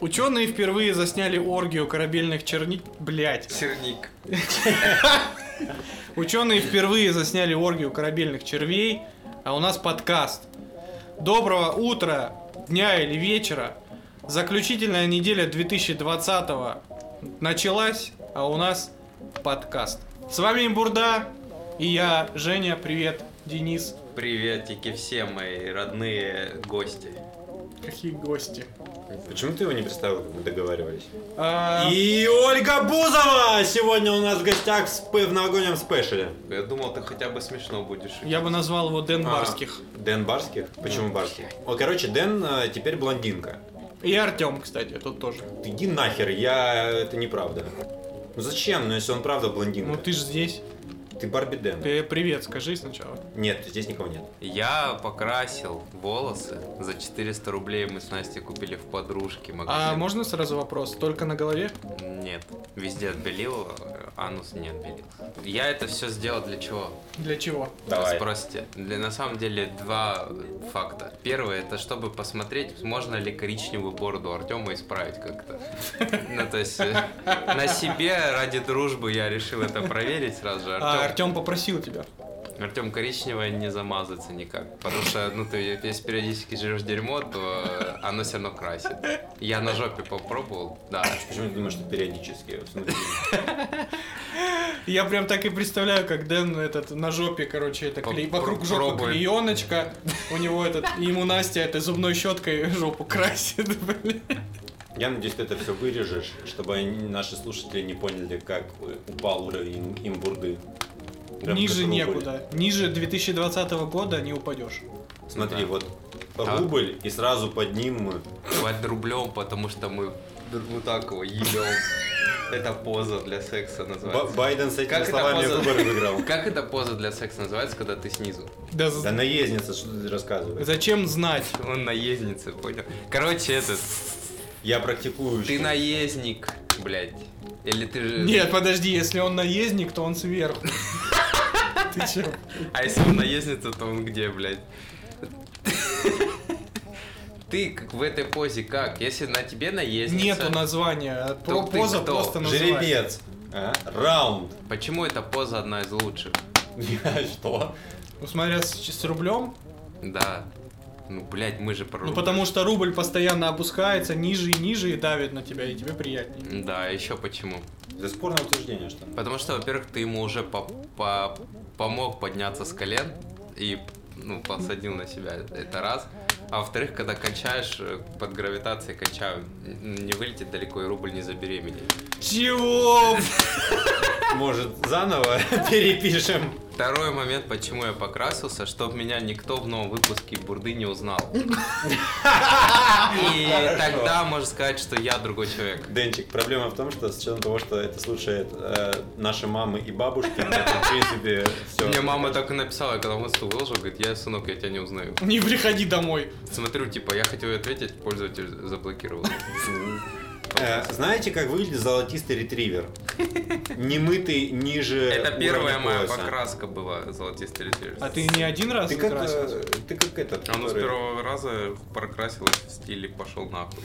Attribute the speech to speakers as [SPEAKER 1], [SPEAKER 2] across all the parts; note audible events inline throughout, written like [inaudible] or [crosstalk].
[SPEAKER 1] Ученые впервые засняли оргию корабельных черник... Блять.
[SPEAKER 2] Серник.
[SPEAKER 1] Ученые впервые засняли оргию корабельных червей, а у нас подкаст. Доброго утра, дня или вечера. Заключительная неделя 2020 началась, а у нас подкаст. С вами Бурда и я, Женя, привет, Денис.
[SPEAKER 2] Приветики все мои родные гости.
[SPEAKER 1] Какие гости?
[SPEAKER 3] Почему ты его не представил, как мы договаривались?
[SPEAKER 1] А,
[SPEAKER 3] И Ольга Бузова сегодня у нас в гостях в, спе- в новогоднем спешеле.
[SPEAKER 2] Я думал, ты хотя бы смешно будешь. шутить.
[SPEAKER 1] Я бы назвал его Дэн Барских.
[SPEAKER 3] Дэн Барских? Почему Барских? О, короче, Дэн э, теперь блондинка.
[SPEAKER 1] И Артем, кстати, тут тоже.
[SPEAKER 3] Иди нахер, я... это неправда. Ну зачем, ну если он правда блондинка?
[SPEAKER 1] Ну ты же здесь.
[SPEAKER 3] Ты Барби Дэн.
[SPEAKER 1] Ты привет, скажи сначала.
[SPEAKER 3] Нет, здесь никого нет.
[SPEAKER 2] Я покрасил волосы. За 400 рублей мы с Настей купили в подружке
[SPEAKER 1] А
[SPEAKER 2] магазин.
[SPEAKER 1] можно сразу вопрос? Только на голове?
[SPEAKER 2] Нет. Везде отбелил, э, анус не отбелил. Я это все сделал для чего?
[SPEAKER 1] Для чего?
[SPEAKER 3] Давай.
[SPEAKER 2] Спросите. Для, на самом деле два факта. Первое, это чтобы посмотреть, можно ли коричневую бороду Артема исправить как-то. [laughs] Ну, то есть э, на себе ради дружбы я решил это проверить сразу же.
[SPEAKER 1] А,
[SPEAKER 2] Артем,
[SPEAKER 1] Артем попросил тебя.
[SPEAKER 2] Артем коричневая не замазывается никак. Потому что, ну, ты если периодически жрешь дерьмо, то э, оно все равно красит. Я на жопе попробовал, да.
[SPEAKER 3] Почему ты думаешь, что периодически?
[SPEAKER 1] [laughs]
[SPEAKER 3] В смысле?
[SPEAKER 1] Я прям так и представляю, как Дэн этот на жопе, короче, это клей-
[SPEAKER 2] Попро-
[SPEAKER 1] вокруг жопы
[SPEAKER 2] пробует.
[SPEAKER 1] клееночка. У него этот, и ему Настя этой зубной щеткой жопу красит, [laughs] блин.
[SPEAKER 3] Я надеюсь, ты это все вырежешь, чтобы они- наши слушатели не поняли, как упал уровень имбурды. Прям
[SPEAKER 1] Ниже
[SPEAKER 3] как рубль.
[SPEAKER 1] некуда. Ниже 2020 года не упадешь.
[SPEAKER 3] Смотри,
[SPEAKER 2] Ну Да. А?
[SPEAKER 3] вот
[SPEAKER 2] Так.
[SPEAKER 3] рубль, и сразу под ним мы.
[SPEAKER 2] Давать рублем, потому что мы друг- вот так его ебем. Это поза для секса называется.
[SPEAKER 3] Ба- Байден с этими
[SPEAKER 2] Как это
[SPEAKER 3] словами
[SPEAKER 2] поза? [laughs]
[SPEAKER 3] выборы выиграл.
[SPEAKER 2] Как эта поза для секса называется, когда ты снизу?
[SPEAKER 1] Да, з-
[SPEAKER 3] Да наездница, что ты рассказываешь?
[SPEAKER 1] зачем знать?
[SPEAKER 2] Он наездница, понял? Короче, этот,
[SPEAKER 3] Я практикую.
[SPEAKER 2] ты наездник, блядь. Или ты же...
[SPEAKER 1] Нет, подожди, если он наездник, то он сверху. Ты че?
[SPEAKER 2] А если он наездница, то он где, блядь? Ты как в этой позе как? Если на тебе наездница...
[SPEAKER 1] Нету названия. Про-
[SPEAKER 2] ты
[SPEAKER 1] Поза
[SPEAKER 2] кто?
[SPEAKER 1] просто называется.
[SPEAKER 3] Жеребец. А? Раунд. [laughs]
[SPEAKER 2] Почему эта поза одна из лучших?
[SPEAKER 3] Я что?
[SPEAKER 1] Ну, Смотря с, с рублем.
[SPEAKER 2] Да. Ну, блядь, мы же про...
[SPEAKER 1] Ну потому что рубль постоянно опускается ниже и ниже и давит на тебя, и тебе приятнее.
[SPEAKER 2] Да, еще почему?
[SPEAKER 3] Это спорное утверждение, что ли?
[SPEAKER 2] Потому что, во-первых, ты ему уже по- по- помог подняться с колен и ну, посадил на себя. Это раз. А во-вторых, когда качаешь, э, под гравитацией качаю, н- не вылетит далеко и рубль не забеременеет.
[SPEAKER 1] Чего? [laughs]
[SPEAKER 3] Может, заново [laughs] перепишем?
[SPEAKER 2] Второй момент, почему я покрасился, чтобы меня никто в новом выпуске Бурды не узнал. И
[SPEAKER 3] Хорошо.
[SPEAKER 2] тогда можно сказать, что я другой человек.
[SPEAKER 3] Денчик, проблема в том, что с учетом того, что это слушает э, наши мамы и бабушки, это, в принципе, все.
[SPEAKER 2] Мне мама так и написала, когда мы выложил, говорит, я, сынок, я тебя не узнаю.
[SPEAKER 1] Не приходи домой.
[SPEAKER 2] Смотрю, типа, я хотел ей ответить, пользователь заблокировал.
[SPEAKER 3] Э, знаете, как выглядит золотистый
[SPEAKER 2] [laughs]
[SPEAKER 3] ретривер? Немытый ниже
[SPEAKER 2] Это
[SPEAKER 3] уровня
[SPEAKER 2] первая моя
[SPEAKER 3] пояса.
[SPEAKER 2] покраска была золотистый ретель.
[SPEAKER 1] А ты не один раз
[SPEAKER 3] Ты как,
[SPEAKER 1] красился?
[SPEAKER 3] э, ты как этот,
[SPEAKER 2] А Он с
[SPEAKER 3] который-
[SPEAKER 2] первого раза прокрасилась в стиле пошел нахуй.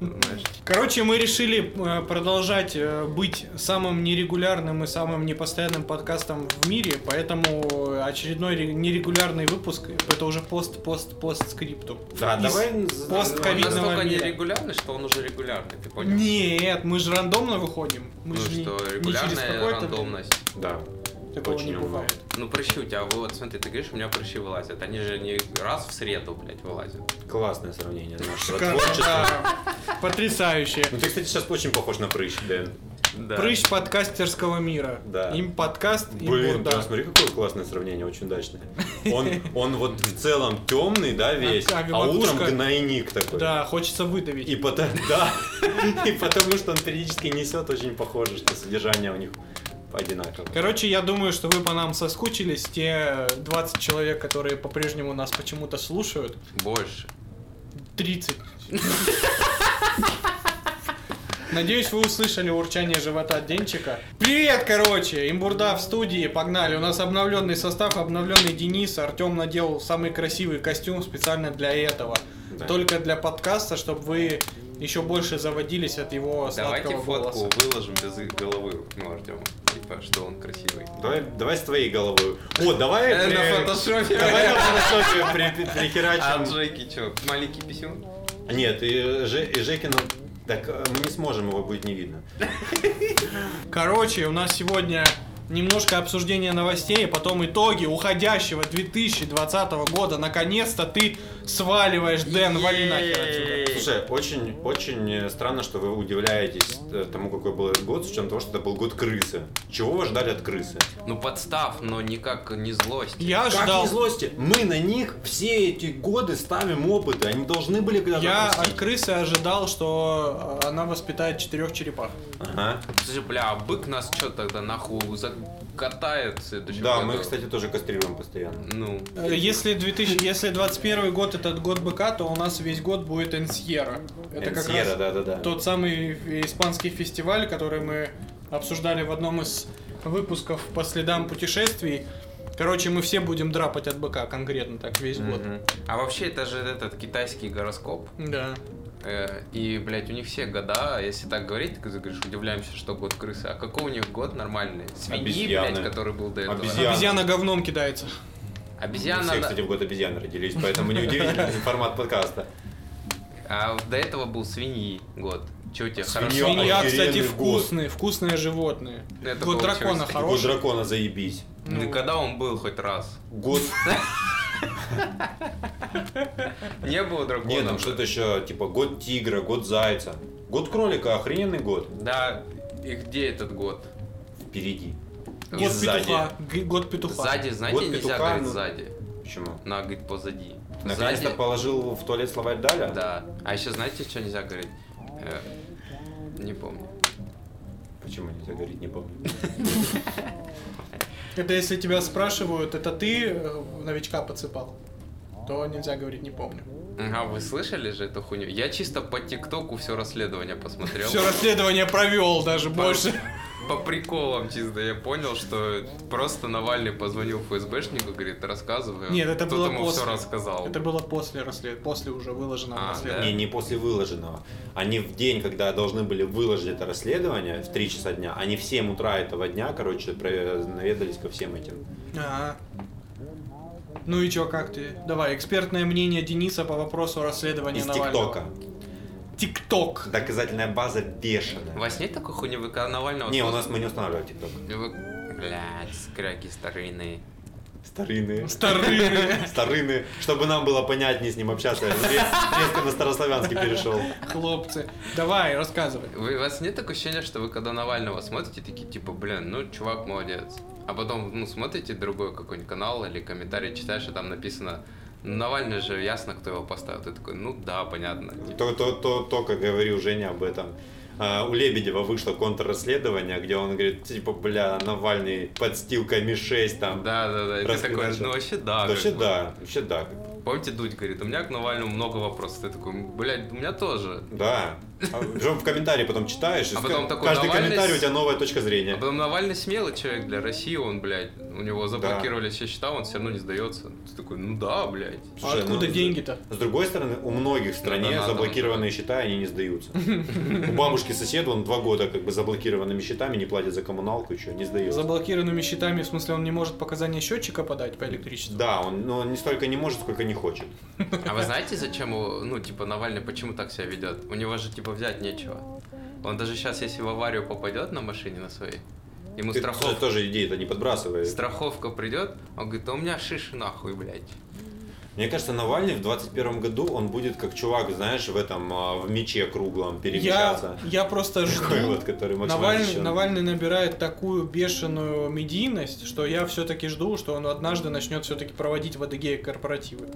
[SPEAKER 2] Знаешь,
[SPEAKER 1] Короче, мы решили э, продолжать э, быть самым нерегулярным и самым непостоянным подкастом в мире, поэтому очередной ре- нерегулярный выпуск это уже пост пост пост скрипту.
[SPEAKER 3] Да,
[SPEAKER 1] Из-
[SPEAKER 3] давай...
[SPEAKER 2] он
[SPEAKER 1] постковидного
[SPEAKER 2] настолько
[SPEAKER 1] мира.
[SPEAKER 2] нерегулярный, что он уже регулярный, ты понял?
[SPEAKER 1] Нет, мы же рандомно выходим. Мы
[SPEAKER 2] Ну
[SPEAKER 1] же не-
[SPEAKER 2] что,
[SPEAKER 1] не через
[SPEAKER 2] регулярная
[SPEAKER 1] какое-то время.
[SPEAKER 2] рандомность.
[SPEAKER 3] Да.
[SPEAKER 1] Такого
[SPEAKER 3] Очень
[SPEAKER 1] не
[SPEAKER 3] умно.
[SPEAKER 1] бывает.
[SPEAKER 2] Ну прыщи у тебя, вот смотри, ты говоришь, у меня прыщи вылазят. Они же не раз в среду, блядь, вылазят.
[SPEAKER 3] Классное сравнение нашего
[SPEAKER 1] Шикарно,
[SPEAKER 3] творчества.
[SPEAKER 1] да. Потрясающе.
[SPEAKER 3] Ну ты, кстати, сейчас очень похож на прыщ, Дэн.
[SPEAKER 2] Да.
[SPEAKER 1] Прыщ подкастерского мира.
[SPEAKER 3] Да.
[SPEAKER 1] Им подкаст, им
[SPEAKER 3] Блин,
[SPEAKER 1] бурда.
[SPEAKER 3] да, смотри, какое классное сравнение,
[SPEAKER 1] [laughs]
[SPEAKER 3] очень удачное. Он, он вот в целом темный, да, весь,
[SPEAKER 1] А- а
[SPEAKER 3] а,
[SPEAKER 1] вилокушка-
[SPEAKER 3] утром гнойник такой.
[SPEAKER 1] Да, хочется выдавить.
[SPEAKER 3] И потом, [laughs] да, и потому что он периодически несет, очень похоже, что содержание у них одинаковое.
[SPEAKER 1] Короче, я думаю, что вы по нам соскучились, те 20 человек, которые по-прежнему нас почему-то слушают.
[SPEAKER 2] Больше.
[SPEAKER 1] 30. Надеюсь, вы услышали урчание живота Денчика. Привет, короче! Имбурда в студии, погнали. У нас обновленный состав, обновленный Денис. Артем наделал самый красивый костюм специально для этого.
[SPEAKER 2] Да.
[SPEAKER 1] Только для подкаста, чтобы вы еще больше заводились от его
[SPEAKER 2] Давайте
[SPEAKER 1] сладкого
[SPEAKER 2] фотку
[SPEAKER 1] голоса.
[SPEAKER 2] выложим без их головы, ну, Артема. Типа, что он красивый.
[SPEAKER 3] Давай, давай с твоей головой. О, давай...
[SPEAKER 2] Э,
[SPEAKER 3] при-
[SPEAKER 2] На фотошопе.
[SPEAKER 3] Давай на фотошопе при-
[SPEAKER 2] А
[SPEAKER 3] прихерачим.
[SPEAKER 2] Джеки что, маленький писюн?
[SPEAKER 3] Нет, и, Же, и Жекину... Так э, мы не сможем, его будет не видно.
[SPEAKER 1] Короче, у нас сегодня немножко обсуждение новостей, а потом итоги уходящего 2020 года. Наконец-то ты сваливаешь, Дэн, вали нахер отсюда.
[SPEAKER 3] Слушай, очень, очень э, странно, что вы удивляетесь э, тому, какой был этот год, с учетом того, что это был год крысы. Чего вы ждали от крысы?
[SPEAKER 2] Ну, подстав, но никак не злость.
[SPEAKER 1] Я
[SPEAKER 3] Как
[SPEAKER 1] ждал...
[SPEAKER 3] не злости? Мы на них все эти годы ставим опыты. Они должны были когда-то
[SPEAKER 1] Я от
[SPEAKER 3] простить.
[SPEAKER 1] крысы ожидал, что э, она воспитает четырех черепах.
[SPEAKER 3] Ага.
[SPEAKER 2] Слушай, бля, а бык нас что тогда нахуй закатает в следующем
[SPEAKER 3] Да,
[SPEAKER 2] году?
[SPEAKER 3] мы, кстати, тоже кастрируем постоянно.
[SPEAKER 2] Ну,
[SPEAKER 1] Э, Если, 2000, если 21 год этот год быка, то у нас весь год будет Энсьера. Это как
[SPEAKER 3] Энсьера,
[SPEAKER 1] раз
[SPEAKER 3] Эм, да-да-да.
[SPEAKER 1] тот самый испанский фестиваль, который мы обсуждали в одном из выпусков по следам путешествий. Короче, мы все будем драпать от быка конкретно так весь год.
[SPEAKER 3] Мгм.
[SPEAKER 2] а вообще это же этот китайский гороскоп.
[SPEAKER 1] Да.
[SPEAKER 2] Э, И, блядь, у них все года, если так говорить, ты говоришь, удивляемся, что год крысы. А какой у них год нормальный? Свиньи,
[SPEAKER 3] Обезьяны.
[SPEAKER 2] блядь, который был до этого.
[SPEAKER 3] Обезьян.
[SPEAKER 1] Обезьяна говном кидается.
[SPEAKER 2] Обезьяна,
[SPEAKER 3] Все,
[SPEAKER 2] на-
[SPEAKER 3] кстати, в год обезьяны родились,
[SPEAKER 1] [laughs]
[SPEAKER 3] поэтому неудивительно формат подкаста.
[SPEAKER 2] А до этого был свиньи год. Че у тебя
[SPEAKER 3] Свинья.
[SPEAKER 2] хорошо?
[SPEAKER 1] Свинья,
[SPEAKER 3] охеренный
[SPEAKER 1] а, кстати,
[SPEAKER 3] год.
[SPEAKER 1] вкусные, вкусные животные.
[SPEAKER 2] Это
[SPEAKER 1] год
[SPEAKER 2] получилось.
[SPEAKER 1] дракона
[SPEAKER 2] Такой
[SPEAKER 3] Год
[SPEAKER 1] хороший.
[SPEAKER 3] дракона заебись.
[SPEAKER 2] Ну,
[SPEAKER 1] Ну.
[SPEAKER 2] когда он был хоть раз?
[SPEAKER 3] Год...
[SPEAKER 2] Не было дракона.
[SPEAKER 3] Не, там что-то еще, типа, год тигра, год зайца. Год кролика, охрененный год.
[SPEAKER 2] Да, и где этот год?
[SPEAKER 3] Впереди. И
[SPEAKER 1] Год
[SPEAKER 3] сзади.
[SPEAKER 1] петуха. Г- Год петуха.
[SPEAKER 2] Сзади, знаете,
[SPEAKER 3] Год
[SPEAKER 2] нельзя
[SPEAKER 3] петуха,
[SPEAKER 2] говорить
[SPEAKER 3] ну.
[SPEAKER 2] сзади.
[SPEAKER 3] Почему?
[SPEAKER 2] Надо говорить позади.
[SPEAKER 3] Наконец-то
[SPEAKER 2] Сзади-
[SPEAKER 3] положил в туалет словарь Даля?
[SPEAKER 2] Да. А еще знаете, что нельзя говорить? Э, Не помню.
[SPEAKER 3] Почему нельзя говорить, не помню.
[SPEAKER 1] Это если тебя спрашивают, это ты э, новичка подсыпал, то нельзя говорить, не помню.
[SPEAKER 2] Ага, вы слышали же эту хуйню? Я чисто по ТикТоку все расследование посмотрел.
[SPEAKER 1] Все расследование провел даже
[SPEAKER 2] По-
[SPEAKER 1] больше.
[SPEAKER 2] По приколам чисто я понял, что просто Навальный позвонил ФСБшнику, говорит, рассказывай.
[SPEAKER 1] Нет, это
[SPEAKER 2] Тот
[SPEAKER 1] было
[SPEAKER 2] ему
[SPEAKER 1] после.
[SPEAKER 2] все рассказал.
[SPEAKER 1] Это было после расслед... после уже выложенного
[SPEAKER 2] А,
[SPEAKER 1] расследования.
[SPEAKER 3] [laughs] Не, не после выложенного. Они в день, когда должны были выложить это расследование, в 3 часа дня, они в 7 утра этого дня, короче, про- наведались ко всем этим.
[SPEAKER 1] Ага. Ну и чё, как ты? Давай, экспертное мнение Дениса по вопросу расследования
[SPEAKER 3] Из
[SPEAKER 1] Навального.
[SPEAKER 3] ТикТока.
[SPEAKER 1] ТикТок.
[SPEAKER 3] Доказательная база бешеная.
[SPEAKER 2] Вас нет такой хуйни, вы когда Навального...
[SPEAKER 3] Не, у нас мы не устанавливаем ТикТок.
[SPEAKER 2] Вы- Блядь, скряги старинные.
[SPEAKER 3] Старинные.
[SPEAKER 1] Старые. [laughs]
[SPEAKER 3] Старыны, чтобы нам было понятнее с ним общаться, я рез- резко на старославянский перешел.
[SPEAKER 1] Хлопцы. Давай, рассказывай.
[SPEAKER 2] Вы, у вас нет такое ощущение, что вы когда Навального смотрите, такие типа, блин, ну чувак молодец. А потом, ну, смотрите другой какой-нибудь канал или комментарий читаешь, и там написано, «Ну, Навальный же ясно, кто его поставил. Ты такой, ну да, понятно. Типа,
[SPEAKER 3] То, то, то, то, как говорил Женя об этом. А, У Лебедева вышло контррасследование, где он говорит, типа, бля, Навальный подстилка Ми-6 там.
[SPEAKER 2] Да, да, да. И ты такой,
[SPEAKER 3] Раскидать.
[SPEAKER 2] ну вообще да.
[SPEAKER 3] Да вообще
[SPEAKER 2] как бы».
[SPEAKER 3] да, вообще да.
[SPEAKER 2] Помните, Дудь говорит, у меня к Навальному много вопросов. Ты такой, блядь, у меня тоже.
[SPEAKER 3] Да. А причем в комментарии потом читаешь, и
[SPEAKER 2] А
[SPEAKER 3] в
[SPEAKER 2] потом
[SPEAKER 3] ка-
[SPEAKER 2] такой,
[SPEAKER 3] каждый
[SPEAKER 2] «Навальный
[SPEAKER 3] комментарий
[SPEAKER 2] с-
[SPEAKER 3] у тебя новая точка зрения.
[SPEAKER 2] А потом Навальный смелый человек для России, он, блядь, у него заблокировали все счета, он все равно не сдается. Ты такой, ну да, блядь.
[SPEAKER 1] А откуда
[SPEAKER 3] ну,
[SPEAKER 1] деньги-то?
[SPEAKER 3] С другой стороны, у многих в стране
[SPEAKER 2] Донатом,
[SPEAKER 3] заблокированные счета, они
[SPEAKER 2] [laughs]
[SPEAKER 3] не сдаются. У бабушки сосед, он два года как бы заблокированными счетами, не платит за коммуналку, еще не сдается.
[SPEAKER 1] Заблокированными счетами, в смысле, он не может показания счетчика подать по электричеству?
[SPEAKER 3] Да, он, но он не столько не может, сколько не хочет.
[SPEAKER 2] А вы знаете, зачем, у- ну, типа, Навальный почему так себя ведет? У него же, типа, взять нечего. Он даже сейчас, если в аварию попадет на машине на своей, ему
[SPEAKER 3] Ты
[SPEAKER 2] Ну, страхов-
[SPEAKER 3] тоже- тоже идеи-то не подбрасывает.
[SPEAKER 2] страховка придет, он говорит, «Да у меня шиши нахуй, блядь.
[SPEAKER 3] Мне кажется, Навальный в 21 году он будет как чувак, знаешь, в этом а, в мече круглом
[SPEAKER 1] Я,
[SPEAKER 3] перемещаться.
[SPEAKER 1] я просто
[SPEAKER 3] [laughs] Такой
[SPEAKER 1] жду,
[SPEAKER 3] вот, который максимально
[SPEAKER 1] Навальный,
[SPEAKER 3] защищен.
[SPEAKER 1] Навальный набирает такую бешеную медийность, что я все-таки жду, что он однажды начнет все-таки проводить в Адыгее корпоративы.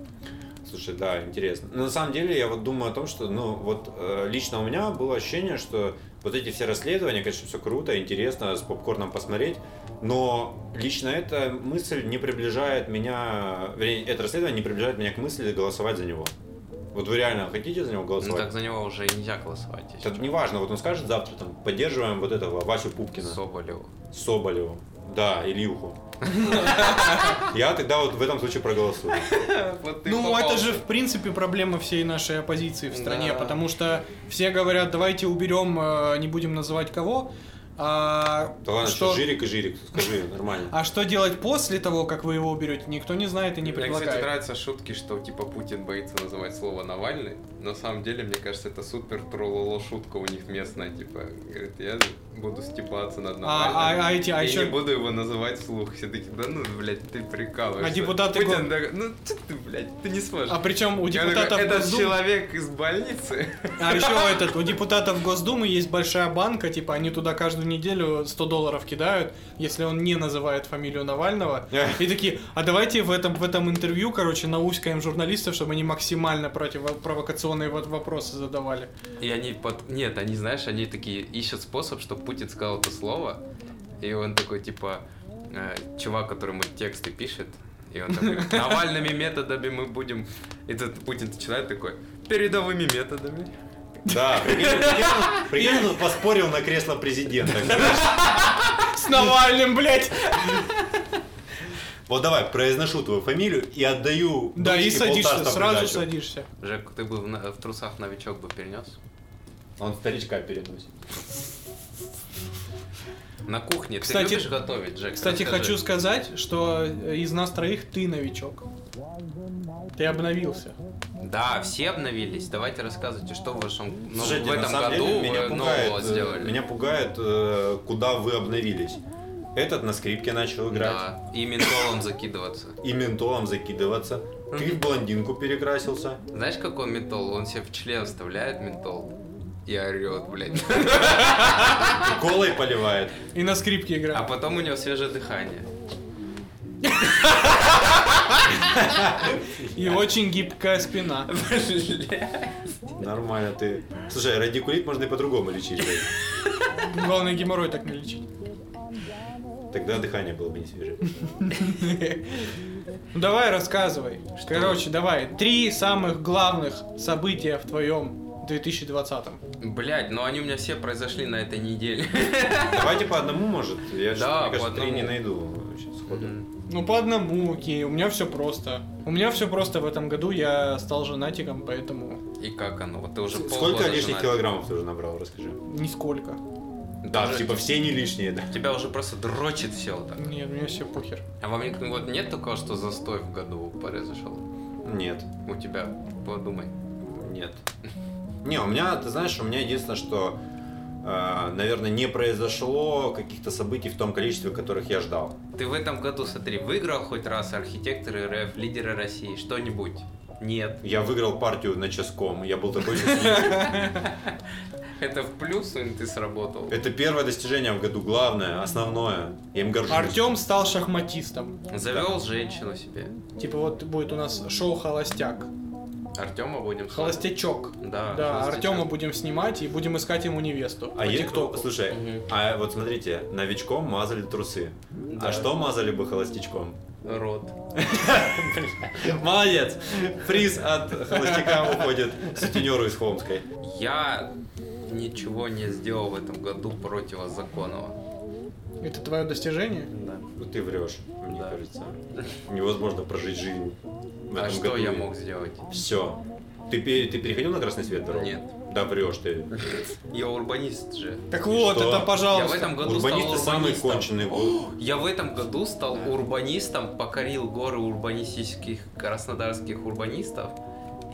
[SPEAKER 3] Слушай, да, интересно. Но на самом деле я вот думаю о том, что, ну, вот э, лично у меня было ощущение, что вот эти все расследования, конечно, все круто, интересно, с попкорном посмотреть, но лично эта мысль не приближает меня, вернее, это расследование не приближает меня к мысли голосовать за него. Вот вы реально хотите за него
[SPEAKER 2] Ну так
[SPEAKER 3] голосовать?
[SPEAKER 2] за него уже и нельзя голосовать.
[SPEAKER 3] Это неважно, вот он скажет завтра, там, поддерживаем вот этого Васю Пупкина,
[SPEAKER 2] Соболеву.
[SPEAKER 3] Соболева, да, Ильюху. Я тогда вот в этом случае проголосую.
[SPEAKER 1] Ну, это же, в принципе, проблема всей нашей оппозиции в стране,
[SPEAKER 2] Да.
[SPEAKER 1] потому что все говорят, давайте уберем, э, не будем называть кого, а,
[SPEAKER 3] Да ладно, что
[SPEAKER 1] что,
[SPEAKER 3] Жирик и Жирик, скажи, нормально.
[SPEAKER 1] а что делать после того, как вы его уберете, никто не знает и не
[SPEAKER 2] Мне, кстати,
[SPEAKER 1] предлагает.
[SPEAKER 2] нравятся шутки, что типа Путин боится называть слово Навальный. На самом деле, мне кажется, это супер трололо шутка у них местная. Типа, говорит, я буду стебаться над Навальным.
[SPEAKER 1] А, а, а эти, а
[SPEAKER 2] я
[SPEAKER 1] еще...
[SPEAKER 2] не буду его называть вслух. Все такие, да ну, блядь, ты прикалываешься.
[SPEAKER 1] А депутаты
[SPEAKER 2] Путин
[SPEAKER 1] го-
[SPEAKER 2] такой, ну, чё ты, блядь, ты не сможешь.
[SPEAKER 1] А причем у
[SPEAKER 2] Я
[SPEAKER 1] депутатов
[SPEAKER 2] такой, этот
[SPEAKER 1] Госдумы-
[SPEAKER 2] человек из больницы.
[SPEAKER 1] А еще этот, у депутатов Госдумы есть большая банка, типа они туда каждую неделю 100 долларов кидают, если он не называет фамилию Навального. И такие, а давайте в этом, в этом интервью, короче, науськаем журналистов, чтобы они максимально противо- провокационные вот вопросы задавали.
[SPEAKER 2] И они под... Нет, они, знаешь, они такие ищут способ, чтобы Путин сказал это слово. И он такой, типа, э, чувак, которому тексты пишет, и он
[SPEAKER 1] [laughs]
[SPEAKER 2] такой, Навальными методами мы будем... И тут Путин начинает такой, передовыми методами.
[SPEAKER 3] Да, прикинь, прикинь, он- прикинь, он поспорил на кресло президента.
[SPEAKER 1] С Навальным, блядь!
[SPEAKER 3] Вот давай, произношу твою фамилию и отдаю
[SPEAKER 1] Да, и
[SPEAKER 3] дочке
[SPEAKER 1] садишься,
[SPEAKER 3] полтавста в
[SPEAKER 1] сразу
[SPEAKER 3] придачу.
[SPEAKER 1] садишься.
[SPEAKER 2] Жек, ты бы в, на- в трусах новичок бы перенес?
[SPEAKER 3] Он старичка переносит.
[SPEAKER 2] На кухне.
[SPEAKER 1] Кстати-
[SPEAKER 2] ты любишь готовить, Джек?
[SPEAKER 1] Кстати,
[SPEAKER 2] Расскажи.
[SPEAKER 1] хочу сказать, что э, из нас троих ты новичок. Ты обновился.
[SPEAKER 2] Да, все обновились. Давайте рассказывайте, что в вашем... ну,
[SPEAKER 3] Слушайте,
[SPEAKER 2] в этом
[SPEAKER 3] на самом
[SPEAKER 2] году
[SPEAKER 3] деле, меня
[SPEAKER 2] вы
[SPEAKER 3] пугает,
[SPEAKER 2] нового
[SPEAKER 3] э,
[SPEAKER 2] сделали.
[SPEAKER 3] Меня пугает, э, куда вы обновились. Этот на скрипке начал играть.
[SPEAKER 2] Да, и ментолом закидываться.
[SPEAKER 3] И ментолом закидываться. Ты в блондинку перекрасился.
[SPEAKER 2] Знаешь, какой ментол? Он себе в член вставляет ментол и орет, блядь.
[SPEAKER 3] [laughs] И колой поливает.
[SPEAKER 1] И на скрипке играл.
[SPEAKER 2] А потом у него свежее дыхание.
[SPEAKER 1] И очень гибкая спина.
[SPEAKER 3] Нормально ты. Слушай, радикулит можно и по-другому лечить. блядь.
[SPEAKER 1] Главное, геморрой так не лечить.
[SPEAKER 3] Тогда дыхание было бы не свежее.
[SPEAKER 1] Ну давай рассказывай. Короче, давай. Три самых главных события в твоем 2020
[SPEAKER 2] Блядь, ну они у меня все произошли на этой неделе.
[SPEAKER 3] Давайте по одному, может. Я
[SPEAKER 2] Да,
[SPEAKER 3] что-то,
[SPEAKER 2] по
[SPEAKER 3] мне кажется, три
[SPEAKER 2] одному.
[SPEAKER 3] не найду сейчас сходу.
[SPEAKER 1] Ну, по одному, окей, у меня все просто. У меня все просто в этом году, я стал женатиком, поэтому
[SPEAKER 2] И как оно? Вот ты уже
[SPEAKER 3] Сколько
[SPEAKER 2] полгода
[SPEAKER 3] лишних
[SPEAKER 2] женат.
[SPEAKER 3] килограммов ты уже набрал, расскажи.
[SPEAKER 1] нисколько.
[SPEAKER 3] Да,
[SPEAKER 2] Даже-
[SPEAKER 3] типа все не лишние, да.
[SPEAKER 2] Тебя уже просто дрочит все вот так.
[SPEAKER 1] Нет, у меня все похер.
[SPEAKER 2] А вам не- вот нет такого, что застой в году произошел?
[SPEAKER 3] Нет.
[SPEAKER 2] У тебя? Подумай.
[SPEAKER 3] Нет. Не, у меня, ты знаешь, у меня единственное, что, э, наверное, не произошло каких-то событий в том количестве, которых я ждал.
[SPEAKER 2] Ты в этом году, смотри, выиграл хоть раз архитекторы РФ, лидеры России, что-нибудь? Нет.
[SPEAKER 3] Я выиграл партию на ческом, я был такой счастливый.
[SPEAKER 2] Это в плюс, или ты сработал?
[SPEAKER 3] Это первое достижение в году, главное, основное. Я им горжусь.
[SPEAKER 1] Артем стал шахматистом.
[SPEAKER 3] Э,
[SPEAKER 2] Завел женщину себе.
[SPEAKER 1] Типа вот будет у нас шоу «Холостяк».
[SPEAKER 2] Артема будем слать.
[SPEAKER 1] «Холостячок».
[SPEAKER 2] Да,
[SPEAKER 1] Да,
[SPEAKER 2] А, холостячок.
[SPEAKER 1] Артема будем снимать и будем искать ему невесту.
[SPEAKER 3] А
[SPEAKER 1] по
[SPEAKER 3] е-
[SPEAKER 1] ТикТоку.
[SPEAKER 3] Слушай,
[SPEAKER 2] Мгм.
[SPEAKER 3] а вот смотрите, новичком мазали трусы.
[SPEAKER 2] Да.
[SPEAKER 3] А что мазали бы холостячком?
[SPEAKER 2] Рот.
[SPEAKER 3] Молодец! Приз от холостяка уходит сутенеру из Холмской.
[SPEAKER 2] Я ничего не сделал в этом году противозаконного.
[SPEAKER 1] Это твое достижение?
[SPEAKER 2] Да.
[SPEAKER 3] Ну, Ты врешь, мне
[SPEAKER 2] Да.
[SPEAKER 3] кажется. Невозможно прожить жизнь в
[SPEAKER 2] А
[SPEAKER 3] этом
[SPEAKER 2] что
[SPEAKER 3] году.
[SPEAKER 2] я мог сделать?
[SPEAKER 3] Все. Ты, пе- ты переходил на красный свет дорогу?
[SPEAKER 2] Нет.
[SPEAKER 3] Да врешь
[SPEAKER 2] [laughs]
[SPEAKER 3] ты.
[SPEAKER 2] Я урбанист же.
[SPEAKER 1] Так
[SPEAKER 3] И
[SPEAKER 1] вот,
[SPEAKER 3] что?
[SPEAKER 1] это
[SPEAKER 2] Я в
[SPEAKER 1] пожалуйста.
[SPEAKER 2] этом году
[SPEAKER 3] Урбанисты
[SPEAKER 2] стал
[SPEAKER 3] самый
[SPEAKER 2] урбанистом.
[SPEAKER 3] конченый был.
[SPEAKER 2] Я в этом году стал урбанистом, покорил горы урбанистических краснодарских урбанистов.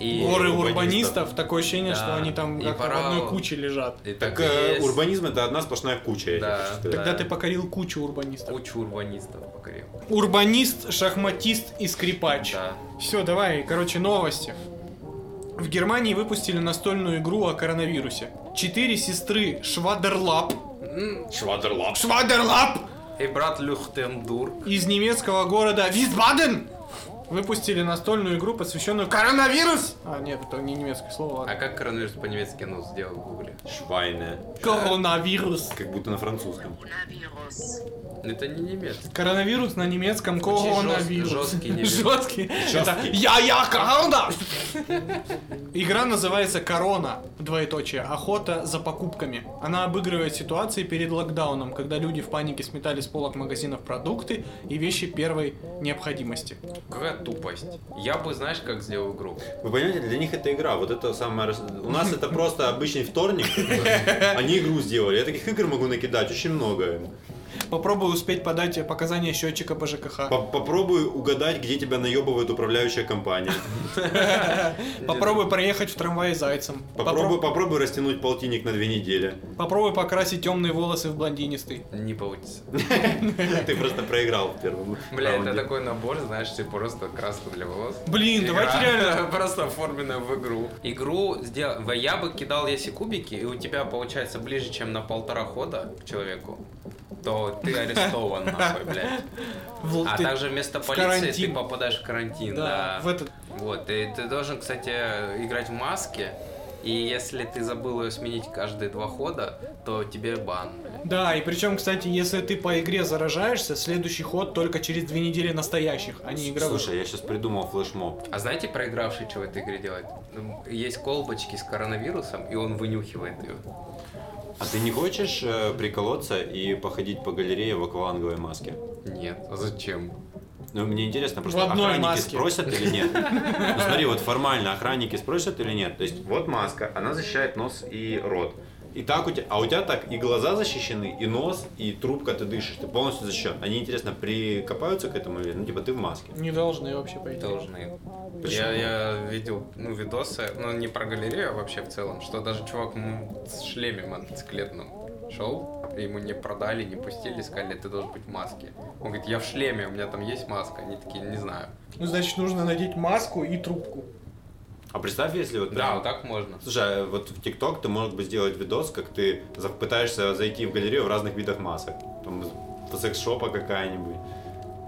[SPEAKER 2] И...
[SPEAKER 1] Горы
[SPEAKER 3] урбанистов.
[SPEAKER 1] урбанистов, такое ощущение,
[SPEAKER 2] Да.
[SPEAKER 1] что они там
[SPEAKER 2] И
[SPEAKER 1] как-то в
[SPEAKER 2] пора-
[SPEAKER 1] одной куче лежат.
[SPEAKER 2] И так,
[SPEAKER 3] Так
[SPEAKER 2] и
[SPEAKER 3] э,
[SPEAKER 2] есть.
[SPEAKER 3] урбанизм это одна сплошная куча. я тебе
[SPEAKER 2] Да.
[SPEAKER 3] хочу сказать.
[SPEAKER 2] Да.
[SPEAKER 1] Тогда ты покорил кучу урбанистов.
[SPEAKER 2] Кучу урбанистов покорил.
[SPEAKER 1] Урбанист, шахматист и скрипач.
[SPEAKER 2] Да.
[SPEAKER 1] Все, давай, короче, новости. В Германии выпустили настольную игру о коронавирусе. Четыре сестры Швадерлап.
[SPEAKER 2] М,
[SPEAKER 3] Швадерлап.
[SPEAKER 1] Швадерлап!
[SPEAKER 2] И брат Люхтендур.
[SPEAKER 1] Из немецкого города Висбаден выпустили настольную игру, посвященную коронавирус. А, нет, это не немецкое слово.
[SPEAKER 2] А
[SPEAKER 1] ладно.
[SPEAKER 2] как коронавирус по-немецки, ну, сделал в гугле?
[SPEAKER 3] Швайная.
[SPEAKER 2] А
[SPEAKER 1] Коронавирус.
[SPEAKER 3] Как будто на французском.
[SPEAKER 4] Коронавирус.
[SPEAKER 2] Это не немецкий.
[SPEAKER 1] Коронавирус на немецком коронавирус.
[SPEAKER 2] жёст- жёсткий немец.
[SPEAKER 1] Жесткий. Это
[SPEAKER 3] Жёсткий.
[SPEAKER 1] я я корона. Игра называется Корона. Двоеточие. Охота за покупками. Она обыгрывает ситуации перед локдауном, когда люди в панике сметали с полок магазинов продукты и вещи первой необходимости.
[SPEAKER 2] Какая тупость. Я бы, знаешь, как сделал игру?
[SPEAKER 3] Вы понимаете, для них это игра. Вот это самое... рас- У нас это просто обычный вторник.
[SPEAKER 2] [laughs]
[SPEAKER 3] Они игру сделали. Я таких игр могу накидать очень много.
[SPEAKER 1] Попробую успеть подать показания счетчика по ЖКХ.
[SPEAKER 3] По- Попробуй угадать, где тебя наебывает управляющая компания.
[SPEAKER 1] Попробуй проехать в трамвае зайцем.
[SPEAKER 3] Попробуй,
[SPEAKER 1] Попро-
[SPEAKER 3] попробуй растянуть полтинник на две недели.
[SPEAKER 2] [laughs]
[SPEAKER 1] Попробуй покрасить темные волосы в блондинистый.
[SPEAKER 2] Не [laughs] получится.
[SPEAKER 3] Ты просто проиграл в первом
[SPEAKER 2] Бля, это
[SPEAKER 3] раунде.
[SPEAKER 2] такой набор, знаешь, ты просто краску для волос.
[SPEAKER 1] Блин,
[SPEAKER 2] Игра.
[SPEAKER 1] давайте реально.
[SPEAKER 2] [laughs] Просто оформленная в игру. Игру сделал... Я бы кидал, если кубики, и у тебя получается ближе, чем на полтора хода к человеку, то [laughs] ты арестован, нахуй, [laughs] блядь.
[SPEAKER 1] В-
[SPEAKER 2] А
[SPEAKER 1] ты-
[SPEAKER 2] также вместо
[SPEAKER 1] в
[SPEAKER 2] полиции ты
[SPEAKER 1] карантин.
[SPEAKER 2] попадаешь в карантин,
[SPEAKER 1] Да,
[SPEAKER 2] да.
[SPEAKER 1] в этот.
[SPEAKER 2] Вот, и ты должен, кстати, играть в маске, и если ты забыл ее сменить каждые два хода, то тебе бан. блядь.
[SPEAKER 1] Да, и причем, кстати, если ты по игре заражаешься, следующий ход только через две недели настоящих, а не игровых.
[SPEAKER 3] Слушай, я сейчас придумал флешмоб.
[SPEAKER 2] А знаете, проигравший что в этой игре делает? Ну, Есть колбочки с коронавирусом, и он вынюхивает ее.
[SPEAKER 3] А ты не хочешь э, приколоться и походить по галерее в акваланговой маске?
[SPEAKER 2] Нет, а зачем?
[SPEAKER 3] Ну, мне интересно, просто
[SPEAKER 1] В одной
[SPEAKER 3] охранники
[SPEAKER 1] маске.
[SPEAKER 3] спросят или нет. Ну, смотри, вот формально охранники спросят или нет. То есть вот маска, она защищает нос и рот. И так у тебя, а у тебя так и глаза защищены, и нос, и трубка ты дышишь, ты полностью защищен. Они, интересно, прикопаются к этому или, ну, типа, ты в маске.
[SPEAKER 1] Не должны вообще пойти.
[SPEAKER 2] Должны.
[SPEAKER 3] Почему?
[SPEAKER 2] Я, я видел ну, видосы, ну не про галерею, а вообще в целом, что даже чувак м, с шлеме мотоциклетном шел, и ему не продали, не пустили, сказали, ты должен быть в маске. Он говорит, я в шлеме, у меня там есть маска. Они такие, не знаю.
[SPEAKER 1] Ну, значит, нужно надеть маску и трубку.
[SPEAKER 3] А представь, если вот...
[SPEAKER 2] Да,
[SPEAKER 3] прям-
[SPEAKER 2] вот так можно.
[SPEAKER 3] Слушай, а вот в ТикТок ты мог бы сделать видос, как ты за- пытаешься зайти в галерею в разных видах масок. Там из- секс-шопа какая-нибудь.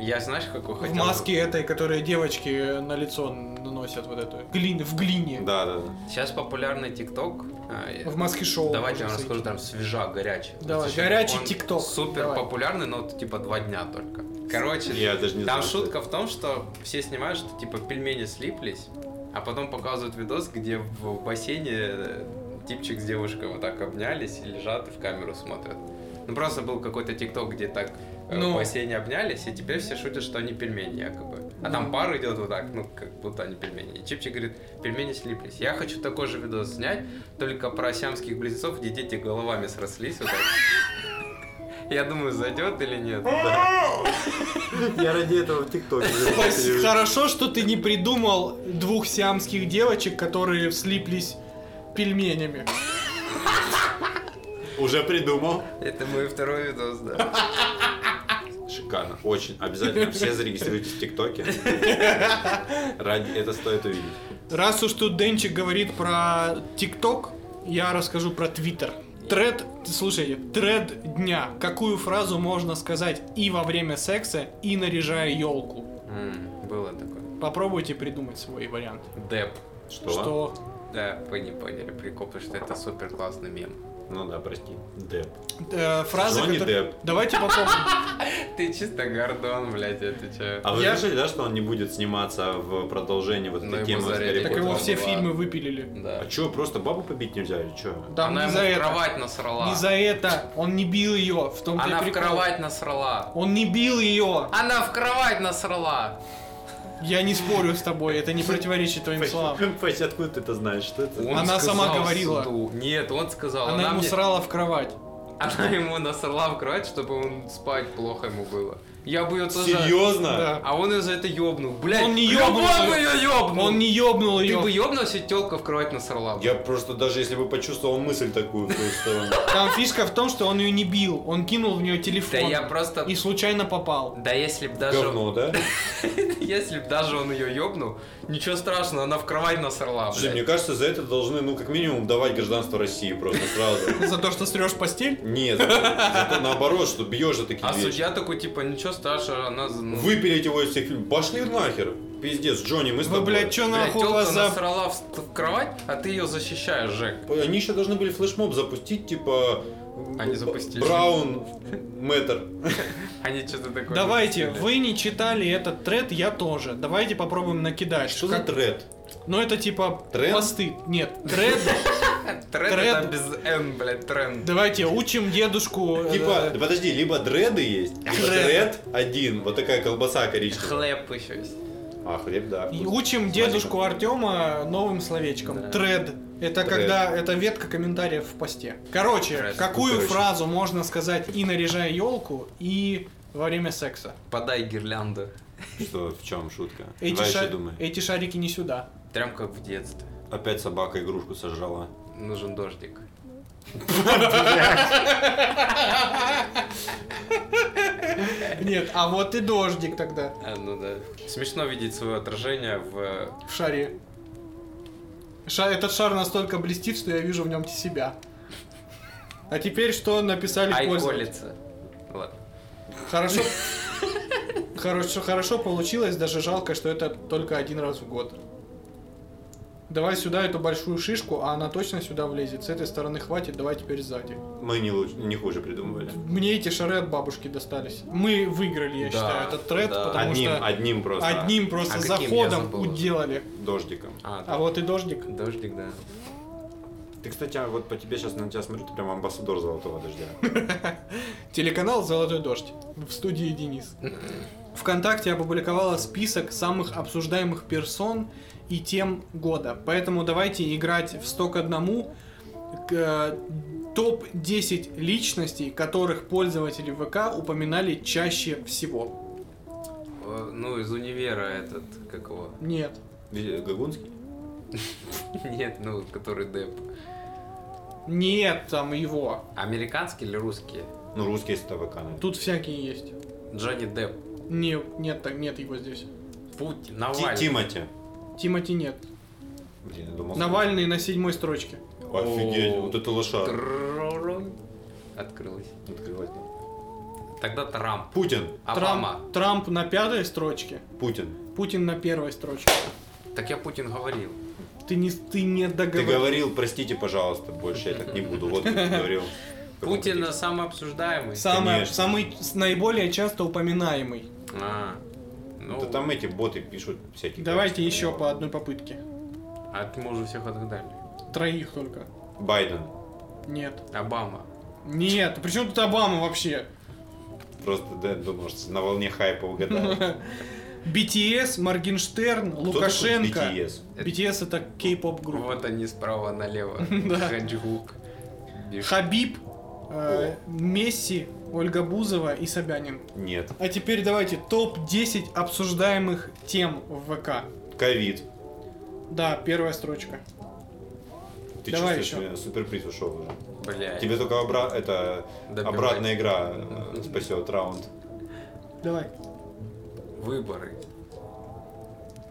[SPEAKER 2] Я знаешь, какой
[SPEAKER 1] В
[SPEAKER 2] хотел?
[SPEAKER 1] маске этой, которую девочки на лицо наносят вот эту. Глин, в глине.
[SPEAKER 3] Да, да, да.
[SPEAKER 2] Сейчас популярный ТикТок. а, я-
[SPEAKER 1] В маске шоу.
[SPEAKER 2] Давайте я вам
[SPEAKER 1] можно зайти.
[SPEAKER 2] расскажу, там свежак, горячий.
[SPEAKER 1] Давай,
[SPEAKER 2] Слушай,
[SPEAKER 1] горячий
[SPEAKER 2] он
[SPEAKER 1] TikTok.
[SPEAKER 2] Супер
[SPEAKER 1] Давай.
[SPEAKER 2] популярный, но вот, типа два дня только. Короче,
[SPEAKER 3] Я даже не
[SPEAKER 2] там
[SPEAKER 3] знаю, что
[SPEAKER 2] шутка в том, что все снимают, что типа пельмени слиплись, а потом показывают видос, где в в бассейне э, типчик с девушкой вот так обнялись и лежат и в камеру смотрят. Ну просто был какой-то тикток, где так э,
[SPEAKER 1] Ну.
[SPEAKER 2] в бассейне обнялись, и теперь все шутят, что они пельмени якобы. А там пара идет вот так, ну как будто они пельмени. И Чипчик говорит, пельмени слиплись. Я хочу такой же видос снять, только про сиамских близнецов, где дети головами срослись вот так. [laughs] Я думаю, зайдет
[SPEAKER 1] [laughs]
[SPEAKER 2] или нет.
[SPEAKER 3] Я ради этого в ТикТоке.
[SPEAKER 1] Спасибо. Хорошо, что ты не придумал двух сиамских девочек, которые слиплись пельменями.
[SPEAKER 3] Уже придумал.
[SPEAKER 2] Это мой второй видос, да.
[SPEAKER 3] Шикарно. Очень. Обязательно все зарегистрируйтесь в ТикТоке. Ради это стоит увидеть.
[SPEAKER 1] Раз уж тут Денчик говорит про ТикТок, я расскажу про Твиттер. Тред, слушайте, тред дня. Какую фразу можно сказать и во время секса, и наряжая елку?
[SPEAKER 2] М, Было такое.
[SPEAKER 1] Попробуйте придумать свой вариант.
[SPEAKER 2] Деп.
[SPEAKER 3] Что?
[SPEAKER 1] Что
[SPEAKER 2] Да, вы не поняли прикол, потому что это супер классный мем.
[SPEAKER 3] Ну да, прости. Деп.
[SPEAKER 1] э, фразы,
[SPEAKER 3] Джонни
[SPEAKER 1] которые-
[SPEAKER 3] Депп.
[SPEAKER 1] Давайте
[SPEAKER 3] [laughs]
[SPEAKER 1] попробуем.
[SPEAKER 2] Ты чисто гордон, блядь, я отвечаю.
[SPEAKER 3] А вы
[SPEAKER 1] Я-
[SPEAKER 3] решили, да, что он не будет сниматься в продолжении вот
[SPEAKER 2] Ну,
[SPEAKER 3] этой
[SPEAKER 2] ему
[SPEAKER 3] темы? с Гарри
[SPEAKER 2] зарядили.
[SPEAKER 1] Так
[SPEAKER 2] Это
[SPEAKER 1] его
[SPEAKER 3] Поттером?
[SPEAKER 1] все
[SPEAKER 2] была.
[SPEAKER 1] фильмы выпилили.
[SPEAKER 2] Да.
[SPEAKER 3] А чё, просто бабу побить нельзя или чё?
[SPEAKER 1] Да,
[SPEAKER 2] Она
[SPEAKER 1] не
[SPEAKER 2] ему
[SPEAKER 1] за
[SPEAKER 2] в
[SPEAKER 1] это.
[SPEAKER 2] кровать насрала.
[SPEAKER 1] Не за это. Он не бил ее. В том
[SPEAKER 2] Она в кровать насрала.
[SPEAKER 1] Он не бил ее.
[SPEAKER 2] Она в кровать насрала.
[SPEAKER 1] Я не спорю с тобой, это не противоречит твоим
[SPEAKER 3] [laughs]
[SPEAKER 1] словам.
[SPEAKER 3] Пася, откуда ты это знаешь? Что это?
[SPEAKER 2] Он
[SPEAKER 1] Она сама
[SPEAKER 2] сказал
[SPEAKER 1] говорила.
[SPEAKER 2] суду. Нет, он сказал.
[SPEAKER 1] Она ему
[SPEAKER 2] мне-
[SPEAKER 1] срала в кровать.
[SPEAKER 2] Она ему насрала в кровать, чтобы он спать плохо ему было. Я бы ее тоже...
[SPEAKER 3] Серьезно?
[SPEAKER 1] Да.
[SPEAKER 2] А он ее за это ёбнул. Блядь,
[SPEAKER 1] Он не
[SPEAKER 2] любой
[SPEAKER 1] ёбнул
[SPEAKER 2] бы
[SPEAKER 1] её.
[SPEAKER 2] ее ёбнул.
[SPEAKER 1] Он не ёбнул
[SPEAKER 2] Ты
[SPEAKER 1] ее.
[SPEAKER 2] бы ёбнул, если телка в кровать насрала. бы.
[SPEAKER 3] Я просто даже если бы почувствовал мысль такую э, в твою сторону.
[SPEAKER 1] Там фишка в том, что он ее не бил, он кинул в нее
[SPEAKER 2] Да
[SPEAKER 1] телефон.
[SPEAKER 2] я просто...
[SPEAKER 1] И случайно попал.
[SPEAKER 2] Да если б [laughs] даже...
[SPEAKER 3] Говно, да?
[SPEAKER 2] [laughs] Если б даже он ее ёбнул, ничего страшного, она в кровать насрала,
[SPEAKER 3] Слушай, мне
[SPEAKER 2] блядь.
[SPEAKER 3] кажется, за это должны, ну, как минимум, давать гражданство России просто сразу.
[SPEAKER 1] За то, что стрешь постель?
[SPEAKER 2] [laughs]
[SPEAKER 3] Нет, зато зато наоборот, что бьешь за такие
[SPEAKER 2] А
[SPEAKER 3] вещи.
[SPEAKER 2] судья такой, типа, ничего страшного, она... ну,
[SPEAKER 3] Выпилить его из всех фильмов. Пошли нахер. пиздец, Джонни, мы с
[SPEAKER 1] Вы,
[SPEAKER 3] тобой.
[SPEAKER 1] Ну, блядь, чё
[SPEAKER 2] Блядь,
[SPEAKER 1] нахуй у
[SPEAKER 2] тёлка
[SPEAKER 1] вас за...
[SPEAKER 2] насрала в ст- в кровать, а ты ее защищаешь, Жек.
[SPEAKER 3] Они еще должны были флешмоб запустить, типа...
[SPEAKER 2] Они
[SPEAKER 3] б-
[SPEAKER 2] запустили.
[SPEAKER 3] Браун Мэттер.
[SPEAKER 2] Они что-то такое...
[SPEAKER 1] Давайте,
[SPEAKER 2] запустили.
[SPEAKER 1] вы не читали этот тред, я тоже. Давайте попробуем накидать.
[SPEAKER 3] Что за
[SPEAKER 1] Как-
[SPEAKER 3] тред?
[SPEAKER 1] Ну это типа
[SPEAKER 3] Тренд?
[SPEAKER 1] посты. Нет, тред.
[SPEAKER 2] Тренд
[SPEAKER 1] Тред-
[SPEAKER 2] это без Н, блядь, тренд.
[SPEAKER 1] Давайте учим дедушку. э,
[SPEAKER 3] Типа, да подожди, либо дреды есть, либо
[SPEAKER 1] Дред.
[SPEAKER 3] дред один, вот такая колбаса коричневая.
[SPEAKER 2] Хлеб еще есть.
[SPEAKER 3] А, хлеб, да.
[SPEAKER 1] И
[SPEAKER 3] вкусно.
[SPEAKER 1] Учим
[SPEAKER 3] С вареником.
[SPEAKER 1] дедушку Артема новым словечком.
[SPEAKER 2] Да.
[SPEAKER 1] Тред. Это
[SPEAKER 3] Тред.
[SPEAKER 1] когда это ветка комментариев в посте. Короче,
[SPEAKER 2] Тред.
[SPEAKER 1] какую
[SPEAKER 3] Ну, короче.
[SPEAKER 1] фразу можно сказать и наряжая елку, и во время секса?
[SPEAKER 2] Подай гирлянду.
[SPEAKER 3] Что, в чем шутка?
[SPEAKER 1] Эти, э-
[SPEAKER 3] Давай
[SPEAKER 1] ша-
[SPEAKER 3] еще думай.
[SPEAKER 1] эти шарики не сюда.
[SPEAKER 2] Прям как в детстве.
[SPEAKER 3] Опять собака игрушку сожрала.
[SPEAKER 2] Нужен дождик.
[SPEAKER 1] Нет, а вот и дождик тогда
[SPEAKER 2] А, ну да. Смешно видеть свое отражение в... э,
[SPEAKER 1] в шаре. Ша- этот шар настолько блестит, что я вижу в нем себя. А теперь что написали в пользователи?
[SPEAKER 2] Айколице. Ладно.
[SPEAKER 1] Хорошо. Хорошо, хорошо получилось, даже жалко, что это только один раз в год. Давай сюда эту большую шишку, а она точно сюда влезет. С этой стороны хватит, давай теперь сзади.
[SPEAKER 3] Мы не, луч- не хуже придумывали.
[SPEAKER 1] Мне эти шары от бабушки достались. Мы выиграли, я
[SPEAKER 2] Да,
[SPEAKER 1] считаю, этот тред,
[SPEAKER 2] да.
[SPEAKER 1] потому
[SPEAKER 3] Одним,
[SPEAKER 1] что
[SPEAKER 3] одним просто.
[SPEAKER 1] одним просто
[SPEAKER 2] А каким я
[SPEAKER 1] заходом
[SPEAKER 2] забыл.
[SPEAKER 1] уделали.
[SPEAKER 3] Дождиком.
[SPEAKER 2] А,
[SPEAKER 1] А вот и дождик.
[SPEAKER 2] Дождик, да.
[SPEAKER 3] Ты, кстати, а вот по тебе сейчас на тебя смотрю, ты прям амбассадор золотого [laughs] дождя.
[SPEAKER 1] Телеканал «Золотой дождь» в студии Денис. Вконтакте опубликовала список самых обсуждаемых персон и тем года. Поэтому давайте играть в 100 к одному к, э, топ-10 личностей, которых пользователи ВК упоминали чаще всего.
[SPEAKER 2] Э, Ну, из универа этот, как его?
[SPEAKER 1] Нет.
[SPEAKER 3] Ви- Гагунский?
[SPEAKER 2] Нет, ну, который деп.
[SPEAKER 1] Нет, там его.
[SPEAKER 2] Американский или русский?
[SPEAKER 3] Ну, русский это ВК, наверное.
[SPEAKER 1] Тут всякие есть.
[SPEAKER 2] Джонни Деп.
[SPEAKER 1] Нет, нет, так нет его здесь.
[SPEAKER 2] Путин.
[SPEAKER 3] Ти-
[SPEAKER 2] Навальный.
[SPEAKER 3] Тимати.
[SPEAKER 1] Тимати нет.
[SPEAKER 3] Блин, я думал...
[SPEAKER 1] Навальный на седьмой строчке.
[SPEAKER 3] Офигеть, вот это лошадь.
[SPEAKER 2] Трррррунь. Открылась.
[SPEAKER 3] Открывать.
[SPEAKER 2] Тогда Трамп.
[SPEAKER 3] Путин.
[SPEAKER 2] Обама.
[SPEAKER 1] Трамп, Трамп на пятой строчке.
[SPEAKER 3] Путин.
[SPEAKER 1] Путин на первой строчке.
[SPEAKER 2] Так я Путин говорил.
[SPEAKER 1] Ты не, ты не
[SPEAKER 3] Ты
[SPEAKER 1] договорил.
[SPEAKER 3] говорил, простите, пожалуйста, больше я так не буду. Вот
[SPEAKER 1] [laughs]
[SPEAKER 3] как ты говорил.
[SPEAKER 2] Путин самый обсуждаемый.
[SPEAKER 1] Самое-
[SPEAKER 3] конечно.
[SPEAKER 1] самый с- наиболее часто упоминаемый.
[SPEAKER 2] А, ну,
[SPEAKER 3] Да там эти боты пишут всякие. ну,
[SPEAKER 1] Давайте
[SPEAKER 3] гадости.
[SPEAKER 1] еще по одной попытке.
[SPEAKER 2] а ты мы уже всех отгадали.
[SPEAKER 1] Троих только.
[SPEAKER 3] Байден.
[SPEAKER 1] Нет.
[SPEAKER 2] Обама.
[SPEAKER 1] Нет, причем тут Обама вообще?
[SPEAKER 3] Просто да, думал, что на волне
[SPEAKER 1] [laughs]
[SPEAKER 3] хайпа угадал.
[SPEAKER 1] BTS, Моргенштерн,
[SPEAKER 3] Кто
[SPEAKER 1] Лукашенко.
[SPEAKER 3] такой BTS?
[SPEAKER 1] BTS это кей-поп группа.
[SPEAKER 2] Вот они справа
[SPEAKER 3] [laughs]
[SPEAKER 2] налево.
[SPEAKER 1] Да.
[SPEAKER 2] Ханчгук.
[SPEAKER 1] Хабиб, э, Месси, Ольга Бузова и Собянин.
[SPEAKER 3] Нет.
[SPEAKER 1] А теперь давайте топ-10 обсуждаемых тем в ВК.
[SPEAKER 3] Ковид.
[SPEAKER 1] Да, первая строчка.
[SPEAKER 3] Ты
[SPEAKER 1] Давай
[SPEAKER 3] чувствуешь,
[SPEAKER 1] еще.
[SPEAKER 3] у меня суперприз ушел уже.
[SPEAKER 2] Блядь.
[SPEAKER 3] Тебе только обра- это,
[SPEAKER 2] Добивать.
[SPEAKER 3] обратная игра э, спасет раунд.
[SPEAKER 1] Давай.
[SPEAKER 2] Выборы.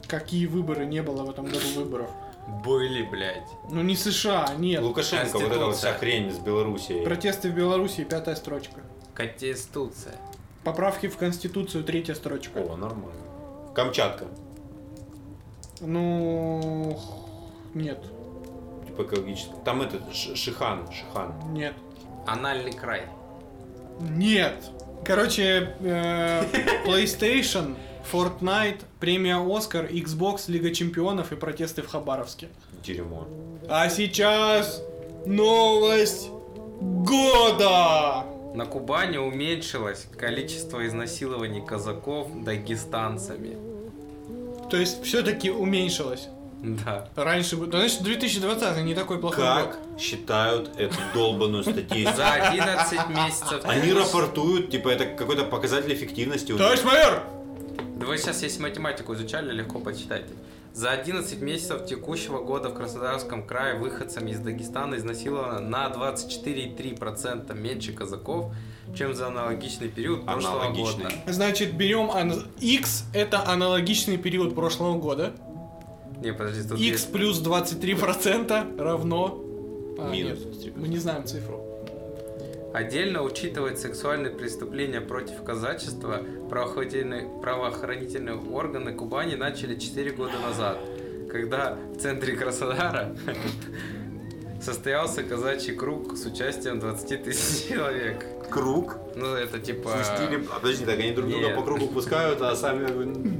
[SPEAKER 1] Какие выборы не было в этом году выборов?
[SPEAKER 2] Были, блядь.
[SPEAKER 1] Ну не США, нет.
[SPEAKER 3] Лукашенко, вот эта вот
[SPEAKER 2] Конституция.
[SPEAKER 3] вся хрень с Белоруссией.
[SPEAKER 1] Протесты в Белоруссии, пятая строчка.
[SPEAKER 2] Конституция.
[SPEAKER 1] Поправки в Конституцию, третья строчка.
[SPEAKER 3] О, нормально. Камчатка.
[SPEAKER 1] Ну... Нет,
[SPEAKER 3] Типа экологически. Там этот Ш- Шихан, Шихан.
[SPEAKER 1] нет,
[SPEAKER 2] Анальный край.
[SPEAKER 1] нет. Короче, э, PlayStation, Fortnite, премия Оскар, Xbox, Лига Чемпионов и протесты в Хабаровске.
[SPEAKER 3] Дерьмо.
[SPEAKER 1] А сейчас новость года!
[SPEAKER 2] На Кубани уменьшилось количество изнасилований казаков дагестанцами.
[SPEAKER 1] То есть все-таки уменьшилось.
[SPEAKER 2] Да.
[SPEAKER 1] Раньше бы... Значит, 2020 не такой плохой
[SPEAKER 3] Как
[SPEAKER 1] год.
[SPEAKER 3] считают эту долбанную
[SPEAKER 1] [laughs]
[SPEAKER 3] статистику? [laughs]
[SPEAKER 2] За 11 месяцев...
[SPEAKER 3] Они рапортуют, типа это какой-то показатель эффективности у них.
[SPEAKER 1] Товарищ майор!
[SPEAKER 2] Да вы сейчас, если математику изучали, легко почитайте. За 11 месяцев текущего года в Краснодарском крае выходцами из Дагестана изнасиловано на 24,3% меньше казаков, чем за аналогичный период прошлого
[SPEAKER 3] Аналогичный.
[SPEAKER 2] года.
[SPEAKER 1] Значит, берем ан- X, это аналогичный период прошлого года.
[SPEAKER 2] Не, подожди, тут
[SPEAKER 1] X
[SPEAKER 2] есть-
[SPEAKER 1] плюс 23% равно... а,
[SPEAKER 3] Минус
[SPEAKER 1] нет,
[SPEAKER 3] 23%.
[SPEAKER 1] мы не знаем цифру.
[SPEAKER 2] Отдельно учитывать сексуальные преступления против казачества правоохранительные, правоохранительные органы Кубани начали 4 года назад, когда в центре Краснодара [laughs] состоялся казачий круг с участием 20 тысяч [laughs] человек.
[SPEAKER 3] Типа, Круг.
[SPEAKER 2] Ну, это типа...
[SPEAKER 3] В стиле... А, подожди, так они друг друга
[SPEAKER 2] Нет.
[SPEAKER 3] по кругу пускают, а сами...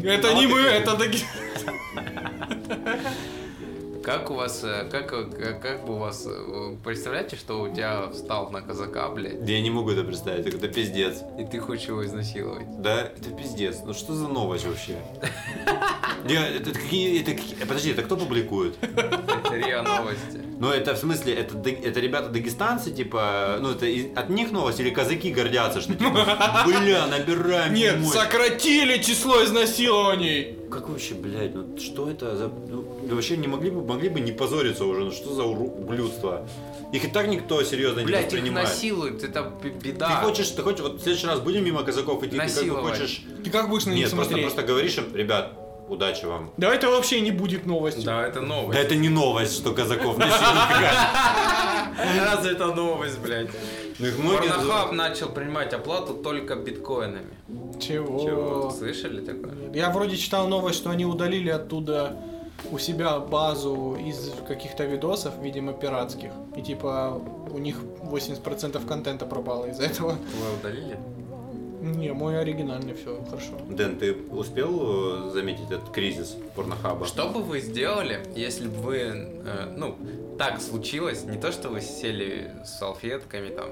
[SPEAKER 1] Это не мы, это
[SPEAKER 3] [laughs]
[SPEAKER 1] такие...
[SPEAKER 2] Как у вас, э, как, как, как бы у вас, э, представляете, что у тебя встал на казака, блядь,
[SPEAKER 3] Да я не могу это представить, это пиздец.
[SPEAKER 2] и ты хочешь его изнасиловать?
[SPEAKER 3] Да, это пиздец. Ну что за новость вообще?
[SPEAKER 1] [laughs]
[SPEAKER 3] Не, это какие, это какие- Подожди, это кто публикует?
[SPEAKER 2] Это РИА Новости.
[SPEAKER 3] Ну это в смысле, это, даг- это ребята дагестанцы, типа, ну это из- от них новость или казаки гордятся, что [laughs] типа, бля, набираем
[SPEAKER 1] Нет,
[SPEAKER 3] мощь».
[SPEAKER 1] сократили число изнасилований.
[SPEAKER 3] Как вообще, блядь, ну что это за... ну, да вообще не могли бы, могли бы не позориться уже, ну что за уру- ублюдство? Их и так никто серьезно не
[SPEAKER 2] Блядь, их
[SPEAKER 3] воспринимает.
[SPEAKER 2] насилуют, это б- беда.
[SPEAKER 3] Ты хочешь, ты хочешь, вот в следующий раз будем мимо казаков идти, ты как бы
[SPEAKER 2] Насиловать. [laughs]
[SPEAKER 3] хочешь...
[SPEAKER 1] Ты как будешь на них
[SPEAKER 3] Нет, просто,
[SPEAKER 1] смотреть?
[SPEAKER 3] просто говоришь им, ребят, удачи вам.
[SPEAKER 1] Да это вообще не будет новостью.
[SPEAKER 2] Да, это
[SPEAKER 3] Да
[SPEAKER 2] новость.
[SPEAKER 3] это не новость, что [laughs] казаков насилуют.
[SPEAKER 2] Разве это новость, блядь?
[SPEAKER 3] Ну, их многие
[SPEAKER 2] Порнохаб
[SPEAKER 3] называют.
[SPEAKER 2] начал принимать оплату только биткоинами.
[SPEAKER 1] Чего?
[SPEAKER 2] Чего? Слышали такое?
[SPEAKER 1] Я вроде читал новость, что они удалили оттуда у себя базу из каких-то видосов, видимо, пиратских. И типа у них 80% контента пропало из-за этого.
[SPEAKER 2] Вы удалили?
[SPEAKER 1] Не, мой оригинальный, все хорошо.
[SPEAKER 3] Дэн, ты успел э, заметить этот кризис порнохаба?
[SPEAKER 2] Что бы вы сделали, если бы вы, э, ну, так случилось, не то, что вы сели с салфетками там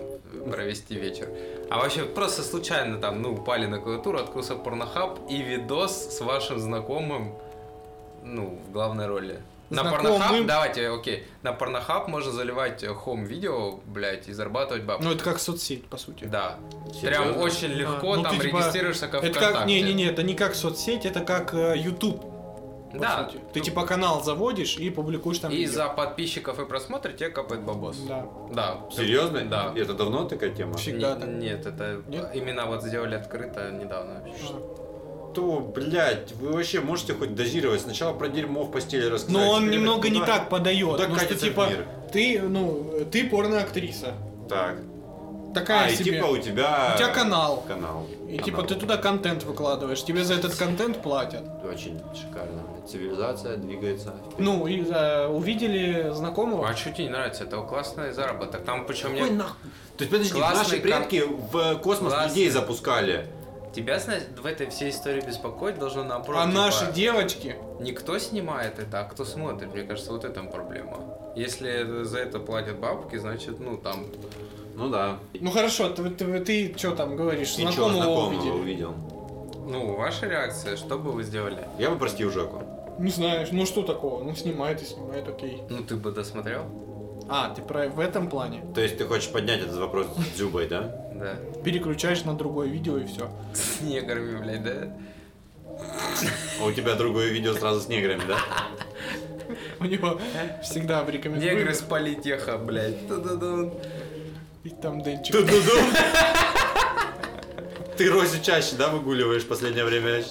[SPEAKER 2] провести вечер, а вообще просто случайно там, ну, упали на клавиатуру, открылся порнохаб и видос с вашим знакомым, ну, в главной роли. На
[SPEAKER 1] Знакомым?
[SPEAKER 2] порнохаб, давайте, окей, на порнохаб можно заливать хом-видео, блядь, и зарабатывать бабки.
[SPEAKER 1] Ну это как соцсеть, по сути.
[SPEAKER 2] Да.
[SPEAKER 3] Серьезно?
[SPEAKER 2] Прям очень легко,
[SPEAKER 1] Ну,
[SPEAKER 2] там
[SPEAKER 1] ты, типа,
[SPEAKER 2] регистрируешься как
[SPEAKER 1] Это
[SPEAKER 2] ВКонтакте.
[SPEAKER 1] как... Не-не-не, это не как соцсеть, это как э, YouTube. по
[SPEAKER 2] Да.
[SPEAKER 1] сути. Ты типа канал заводишь и публикуешь там
[SPEAKER 2] И
[SPEAKER 1] видео.
[SPEAKER 2] за подписчиков и просмотры тебе капает бабос.
[SPEAKER 1] Да.
[SPEAKER 2] Да.
[SPEAKER 3] Серьезно?
[SPEAKER 2] Да.
[SPEAKER 3] Это давно такая тема?
[SPEAKER 1] Всегда
[SPEAKER 2] Н-
[SPEAKER 1] так.
[SPEAKER 2] Нет, это
[SPEAKER 1] Нет?
[SPEAKER 2] именно вот сделали открыто недавно.
[SPEAKER 3] Что, блядь, вы вообще можете хоть дозировать? Сначала про дерьмо в постели рассказать.
[SPEAKER 1] Но он
[SPEAKER 3] теперь
[SPEAKER 1] немного
[SPEAKER 3] это
[SPEAKER 1] не
[SPEAKER 3] куда-
[SPEAKER 1] так подает.
[SPEAKER 3] куда
[SPEAKER 1] потому что
[SPEAKER 3] катится
[SPEAKER 1] типа
[SPEAKER 3] мир?
[SPEAKER 1] ты, ну, ты порно-актриса.
[SPEAKER 3] Так.
[SPEAKER 1] Такая
[SPEAKER 3] а, и
[SPEAKER 1] себе.
[SPEAKER 3] типа у тебя...
[SPEAKER 1] У тебя канал.
[SPEAKER 3] Канал.
[SPEAKER 1] И
[SPEAKER 3] Канал.
[SPEAKER 1] типа ты туда контент выкладываешь, тебе за этот контент платят.
[SPEAKER 3] Очень шикарно. Цивилизация двигается.
[SPEAKER 1] Ну, и э, увидели знакомого.
[SPEAKER 2] А что тебе не нравится? Это классный заработок. Там причем
[SPEAKER 3] Ой,
[SPEAKER 2] не...
[SPEAKER 3] нахуй. То есть, подожди,
[SPEAKER 2] Классный
[SPEAKER 3] наши
[SPEAKER 2] кан-
[SPEAKER 3] предки в космос
[SPEAKER 2] Классный.
[SPEAKER 3] людей запускали.
[SPEAKER 2] Тебя значит, в этой всей истории беспокоить должно наоборот.
[SPEAKER 1] А
[SPEAKER 2] типа,
[SPEAKER 1] наши девочки.
[SPEAKER 2] Никто снимает это, а кто смотрит. Мне кажется, вот этом проблема. Если за это платят бабки, значит, ну там...
[SPEAKER 3] Ну да.
[SPEAKER 1] Ну хорошо, ты, что там говоришь?
[SPEAKER 3] И чё,
[SPEAKER 1] знакомого
[SPEAKER 3] знакомого
[SPEAKER 1] увидели.
[SPEAKER 3] увидел.
[SPEAKER 2] Ну, ваша реакция, что бы вы сделали?
[SPEAKER 3] Я бы простил Жеку.
[SPEAKER 1] Не знаешь, ну что такого? Ну снимает и снимает, окей.
[SPEAKER 2] Ну, ты бы досмотрел?
[SPEAKER 1] А, ты про в этом плане.
[SPEAKER 3] То есть ты хочешь поднять этот вопрос с Дзюбой, да?
[SPEAKER 2] Да. [laughs]
[SPEAKER 1] Переключаешь на другое видео и все.
[SPEAKER 2] С неграми, блядь, да?
[SPEAKER 3] А у тебя другое видео сразу с неграми, да?
[SPEAKER 1] У него всегда в рекомендациях.
[SPEAKER 2] Негры с политеха, блядь. Ту-ду-дун.
[SPEAKER 1] И там Денчик.
[SPEAKER 3] Ту-ду-ду. Ты Розю чаще, да, выгуливаешь в последнее время?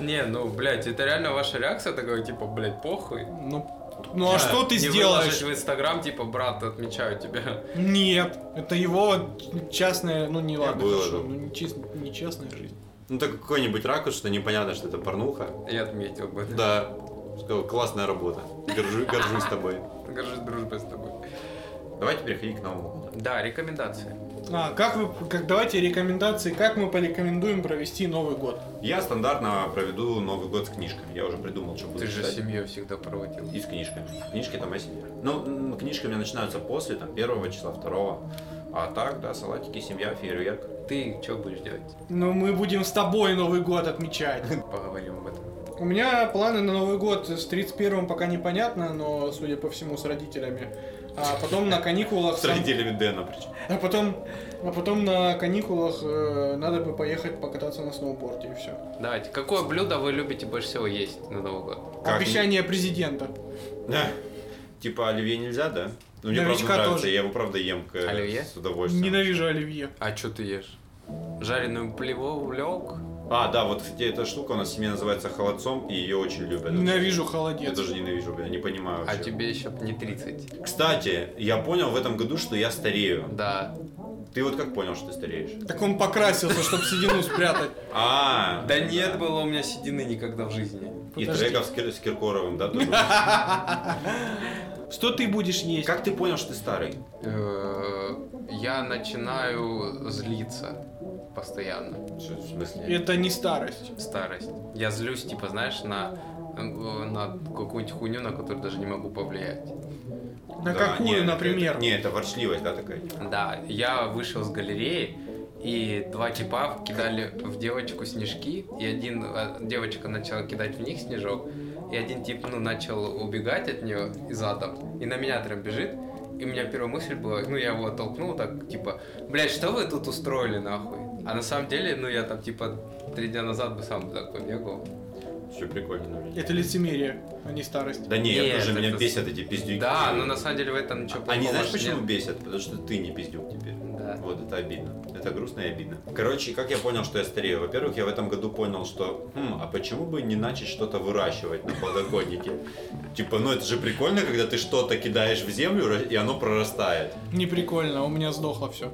[SPEAKER 2] Не, ну, блядь, это реально ваша реакция такая, типа, блядь, похуй.
[SPEAKER 1] Ну, ну а
[SPEAKER 3] Да,
[SPEAKER 1] что ты
[SPEAKER 2] Не
[SPEAKER 1] сделаешь?
[SPEAKER 2] выложить в Инстаграм, типа, брат, отмечаю тебя. [laughs]
[SPEAKER 1] Нет, это его частная, ну не ладно,
[SPEAKER 3] выложу.
[SPEAKER 1] хорошо, ну не чест- нечестная жизнь.
[SPEAKER 3] Ну так какой-нибудь ракурс, что непонятно, что это порнуха.
[SPEAKER 2] И отметил бы.
[SPEAKER 3] Да. Сказал, классная работа. Горжу- горжусь тобой.
[SPEAKER 2] Горжусь дружбой с тобой.
[SPEAKER 3] Давайте переходить к новому. году.
[SPEAKER 2] Да, рекомендации.
[SPEAKER 1] А, как вы, как давайте рекомендации, как мы порекомендуем провести Новый год?
[SPEAKER 3] Я стандартно проведу Новый год с книжками. Я уже придумал, что буду
[SPEAKER 2] Ты же
[SPEAKER 3] читать.
[SPEAKER 2] семью всегда проводил.
[SPEAKER 3] И с книжками. Книжки там о семье. Ну, м, книжки у меня начинаются после, там, первого числа, второго. А так, да, салатики, семья, фейерверк.
[SPEAKER 2] Ты что будешь делать?
[SPEAKER 1] Ну, мы будем с тобой Новый год отмечать.
[SPEAKER 2] Поговорим об этом.
[SPEAKER 1] У меня планы на Новый год с 31-м пока непонятно, но, судя по всему, с родителями. А потом на каникулах...
[SPEAKER 3] С
[SPEAKER 1] сам-
[SPEAKER 3] родителями Дэна причем.
[SPEAKER 1] А потом, а потом на каникулах э, надо бы поехать покататься на сноуборде и все.
[SPEAKER 2] Давайте, какое блюдо вы любите больше всего есть на Новый год?
[SPEAKER 3] Как?
[SPEAKER 1] Обещание президента.
[SPEAKER 3] Да. Типа оливье нельзя, да? Ну, мне
[SPEAKER 1] Новичка
[SPEAKER 3] правда нравится,
[SPEAKER 1] тоже.
[SPEAKER 3] я его правда ем к-
[SPEAKER 2] Оливье?
[SPEAKER 3] с удовольствием.
[SPEAKER 1] Ненавижу оливье.
[SPEAKER 2] А что ты ешь? Жареную плеву, лёк?
[SPEAKER 3] А, да, вот где эта штука у нас в семье называется холодцом, и ее очень любят.
[SPEAKER 1] Ненавижу
[SPEAKER 3] Я
[SPEAKER 1] холодец.
[SPEAKER 3] тоже ненавижу, бля, не понимаю
[SPEAKER 2] А
[SPEAKER 3] вообще.
[SPEAKER 2] тебе еще не 30.
[SPEAKER 3] Кстати, я понял в этом году, что я старею.
[SPEAKER 2] Да.
[SPEAKER 3] Ты вот как понял, что ты стареешь?
[SPEAKER 1] Так он покрасился, чтобы седину спрятать.
[SPEAKER 3] А,
[SPEAKER 2] Да нет было у меня седины никогда в жизни.
[SPEAKER 3] И
[SPEAKER 1] Подожди.
[SPEAKER 3] треков с, Кир- с Киркоровым,
[SPEAKER 1] [laughs]
[SPEAKER 3] да? тоже было?
[SPEAKER 1] Что ты будешь есть?
[SPEAKER 3] Как ты понял, что ты старый?
[SPEAKER 2] Э, Я начинаю злиться постоянно.
[SPEAKER 3] В смысле?
[SPEAKER 1] Это не старость.
[SPEAKER 2] Старость. Я злюсь, типа, знаешь, на, э, на какую-нибудь хуйню, на которую даже не могу повлиять.
[SPEAKER 1] На
[SPEAKER 3] Да, не,
[SPEAKER 1] какую,
[SPEAKER 3] это-
[SPEAKER 1] например?
[SPEAKER 3] Не, это ворчливость, да, такая.
[SPEAKER 2] Да, я вышел с галереи, и два типа кидали в девочку снежки, и один э, девочка начала кидать в них снежок, и один тип, ну, начал убегать от нее и задом, и на меня прям бежит, и у меня первая мысль была, ну, я его оттолкнул так, типа, блядь, что вы тут устроили, нахуй? А на самом деле, ну, я там, типа, три дня назад бы сам так побегал.
[SPEAKER 3] Все прикольно. блин.
[SPEAKER 1] Это лицемерие, а не старость.
[SPEAKER 3] Да не, я
[SPEAKER 2] Нет,
[SPEAKER 3] тоже, меня
[SPEAKER 2] это-
[SPEAKER 3] бесят эти пиздюки.
[SPEAKER 2] Да, но на самом деле в этом ничего плохого
[SPEAKER 3] А Они знаешь,
[SPEAKER 2] ж
[SPEAKER 3] почему
[SPEAKER 2] нет.
[SPEAKER 3] бесят? Потому что ты не пиздюк теперь.
[SPEAKER 2] Да.
[SPEAKER 3] Вот это обидно. Это грустно и обидно. Короче, как я понял, что я старею? Во-первых, я в этом году понял, что «Хм, а почему бы не начать что-то выращивать на подоконнике? Типа, ну это же прикольно, когда ты что-то кидаешь в землю, и оно прорастает.
[SPEAKER 1] Не прикольно, у меня сдохло все.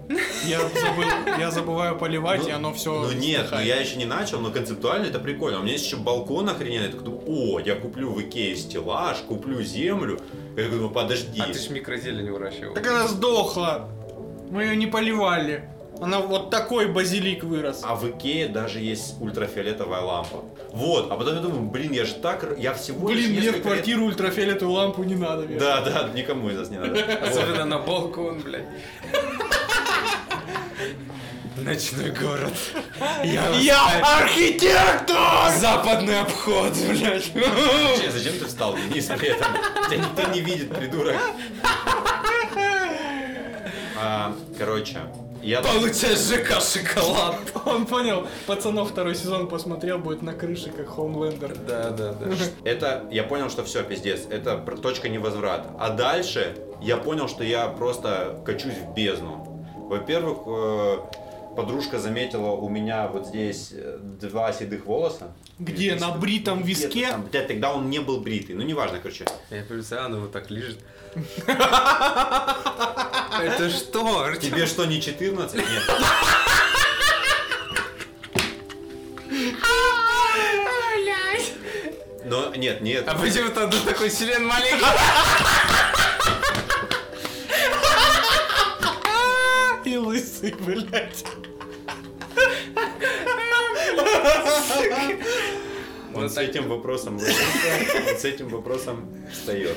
[SPEAKER 1] Я, забыл- я забываю поливать, и
[SPEAKER 3] Ну,
[SPEAKER 1] оно все.
[SPEAKER 3] Ну нет, ну я еще не начал, но концептуально это прикольно. У меня есть еще балкон охрененный. Я так думаю, о, я куплю в Икее стеллаж, куплю землю. Я думаю, подожди.
[SPEAKER 2] А ты ж микрозелень
[SPEAKER 3] [laughs]
[SPEAKER 2] выращивал.
[SPEAKER 1] Так она сдохла. Мы ее не поливали. Она вот такой базилик вырос.
[SPEAKER 3] А в Икее даже есть ультрафиолетовая лампа. Вот, а потом я думаю, блин, я же так... р- Я всего лишь
[SPEAKER 1] Блин, мне в
[SPEAKER 3] несколько лет-
[SPEAKER 1] квартиру ультрафиолетовую лампу не надо. Вера.
[SPEAKER 3] Да, да, никому из нас
[SPEAKER 1] [laughs]
[SPEAKER 3] не надо. Вот.
[SPEAKER 2] Особенно на балкон, блядь.
[SPEAKER 1] [laughs]
[SPEAKER 2] Ночной город. Я,
[SPEAKER 1] архитектор!
[SPEAKER 2] западный обход, блядь. [laughs]
[SPEAKER 3] Вообще, зачем ты встал, Денис, при этом? Тебя никто не видит,
[SPEAKER 1] [laughs]
[SPEAKER 3] придурок. А, Короче, я...
[SPEAKER 2] Получай ЖК шоколад.
[SPEAKER 1] Он понял, пацанов второй сезон посмотрел, будет на крыше, как Хоумлендер.
[SPEAKER 2] Да, да, да.
[SPEAKER 3] Это, я понял, что все, пиздец, это пр- точка невозврата. А дальше я понял, что я просто качусь в бездну. Во-первых, э, подружка заметила у меня вот здесь э, два седых волоса.
[SPEAKER 1] Где? На бритом
[SPEAKER 3] Где-то
[SPEAKER 1] виске?
[SPEAKER 3] там, блядь, тогда он не был бритый, ну неважно, короче.
[SPEAKER 2] Я представляю, она вот так лежит. Это что, Артем?
[SPEAKER 3] Тебе что, не 14? Нет. Но нет, нет.
[SPEAKER 2] А почему тогда такой член маленький?
[SPEAKER 1] [laughs] И лысый, блядь.
[SPEAKER 3] Он с этим вопросом вышел. Он с этим вопросом встает.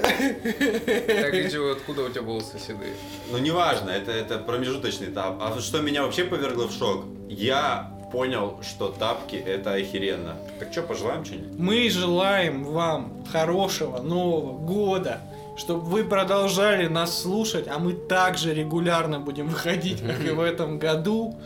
[SPEAKER 2] Так и чего, откуда у тебя волосы седые?
[SPEAKER 3] Ну, неважно, это, это промежуточный этап. А что меня вообще повергло в шок? Я понял, что тапки это охеренно. Так что, пожелаем что-нибудь?
[SPEAKER 1] Мы желаем вам хорошего Нового года, чтобы вы продолжали нас слушать, а мы также регулярно будем выходить, как и в этом году.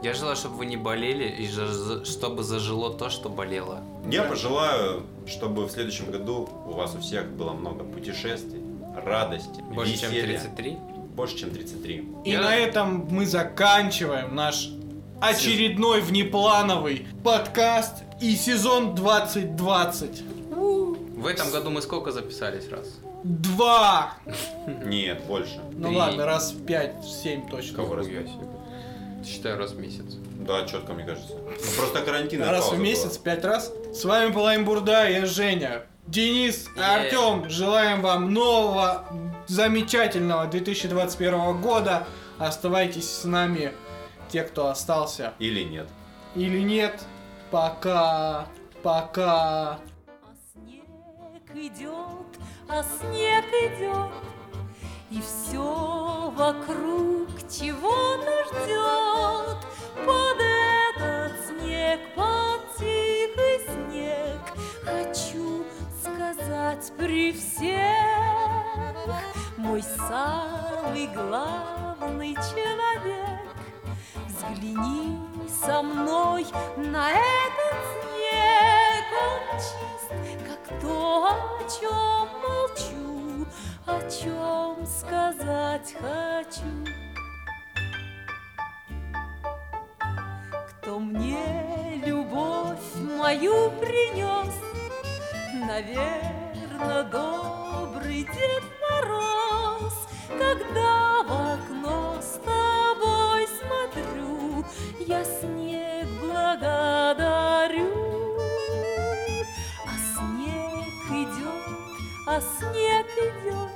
[SPEAKER 2] Я желаю, чтобы вы не болели и жа- чтобы зажило то, что болело.
[SPEAKER 3] Я пожелаю, чтобы в следующем году у вас у всех было много путешествий, радости,
[SPEAKER 2] Больше, чем
[SPEAKER 3] веселья.
[SPEAKER 2] 33?
[SPEAKER 3] Больше, чем 33.
[SPEAKER 1] И
[SPEAKER 2] Я-
[SPEAKER 1] на этом мы заканчиваем наш очередной внеплановый подкаст и сезон 2020.
[SPEAKER 2] В этом году мы сколько записались раз?
[SPEAKER 1] Два!
[SPEAKER 3] Нет, больше.
[SPEAKER 1] Ну
[SPEAKER 2] Три.
[SPEAKER 1] ладно, раз в пять, в семь точно.
[SPEAKER 3] Кого раз?
[SPEAKER 2] Хуя себе. Считаю раз в месяц.
[SPEAKER 3] Да, четко, мне кажется. Ну, Просто карантин.
[SPEAKER 1] Раз в месяц, пять раз. С вами была Имбурда и Женя. Денис,
[SPEAKER 2] Е.
[SPEAKER 1] Артем, желаем вам нового, замечательного 2021 года. Оставайтесь с нами, те, кто остался
[SPEAKER 3] Или нет.
[SPEAKER 1] или нет. Пока, пока.
[SPEAKER 4] А снег идет, а снег идет, и все вокруг чего-то ждет. Под этот снег, под тихий снег, хочу сказать при всех, мой самый главный человек. Взгляни со мной на этот снег, он чист, как то, о чем молчу, о чем сказать хочу. Кто мне мою принес. Наверно, добрый Дед Мороз, когда в окно с тобой смотрю, я снег благодарю. А снег идет, а снег идет,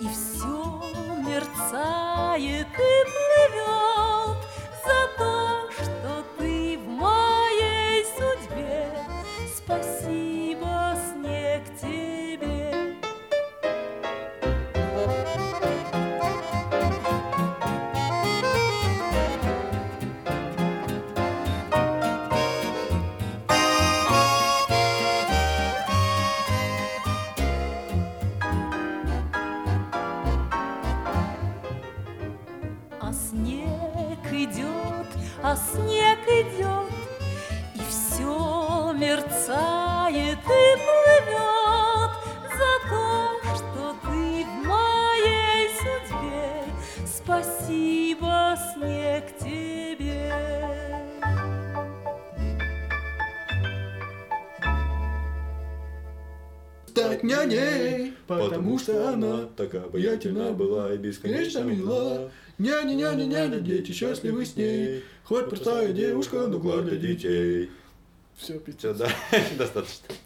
[SPEAKER 4] и все мерцает и плывет за то, что ты в моей судьбе. Спасибо, снег тебе. А снег идет, а снег идет, и все мерцает и плывет за то, что ты в моей судьбе. Спасибо, снег тебе.
[SPEAKER 5] Стать няней, потому что она
[SPEAKER 3] такая
[SPEAKER 5] обаятельна была
[SPEAKER 3] и
[SPEAKER 5] бесконечно мила. Няня-няня-няня, дети счастливы с ней. Хоть простая девушка, но главное детей. Все, пиздец. [laughs]
[SPEAKER 3] Все, да, достаточно.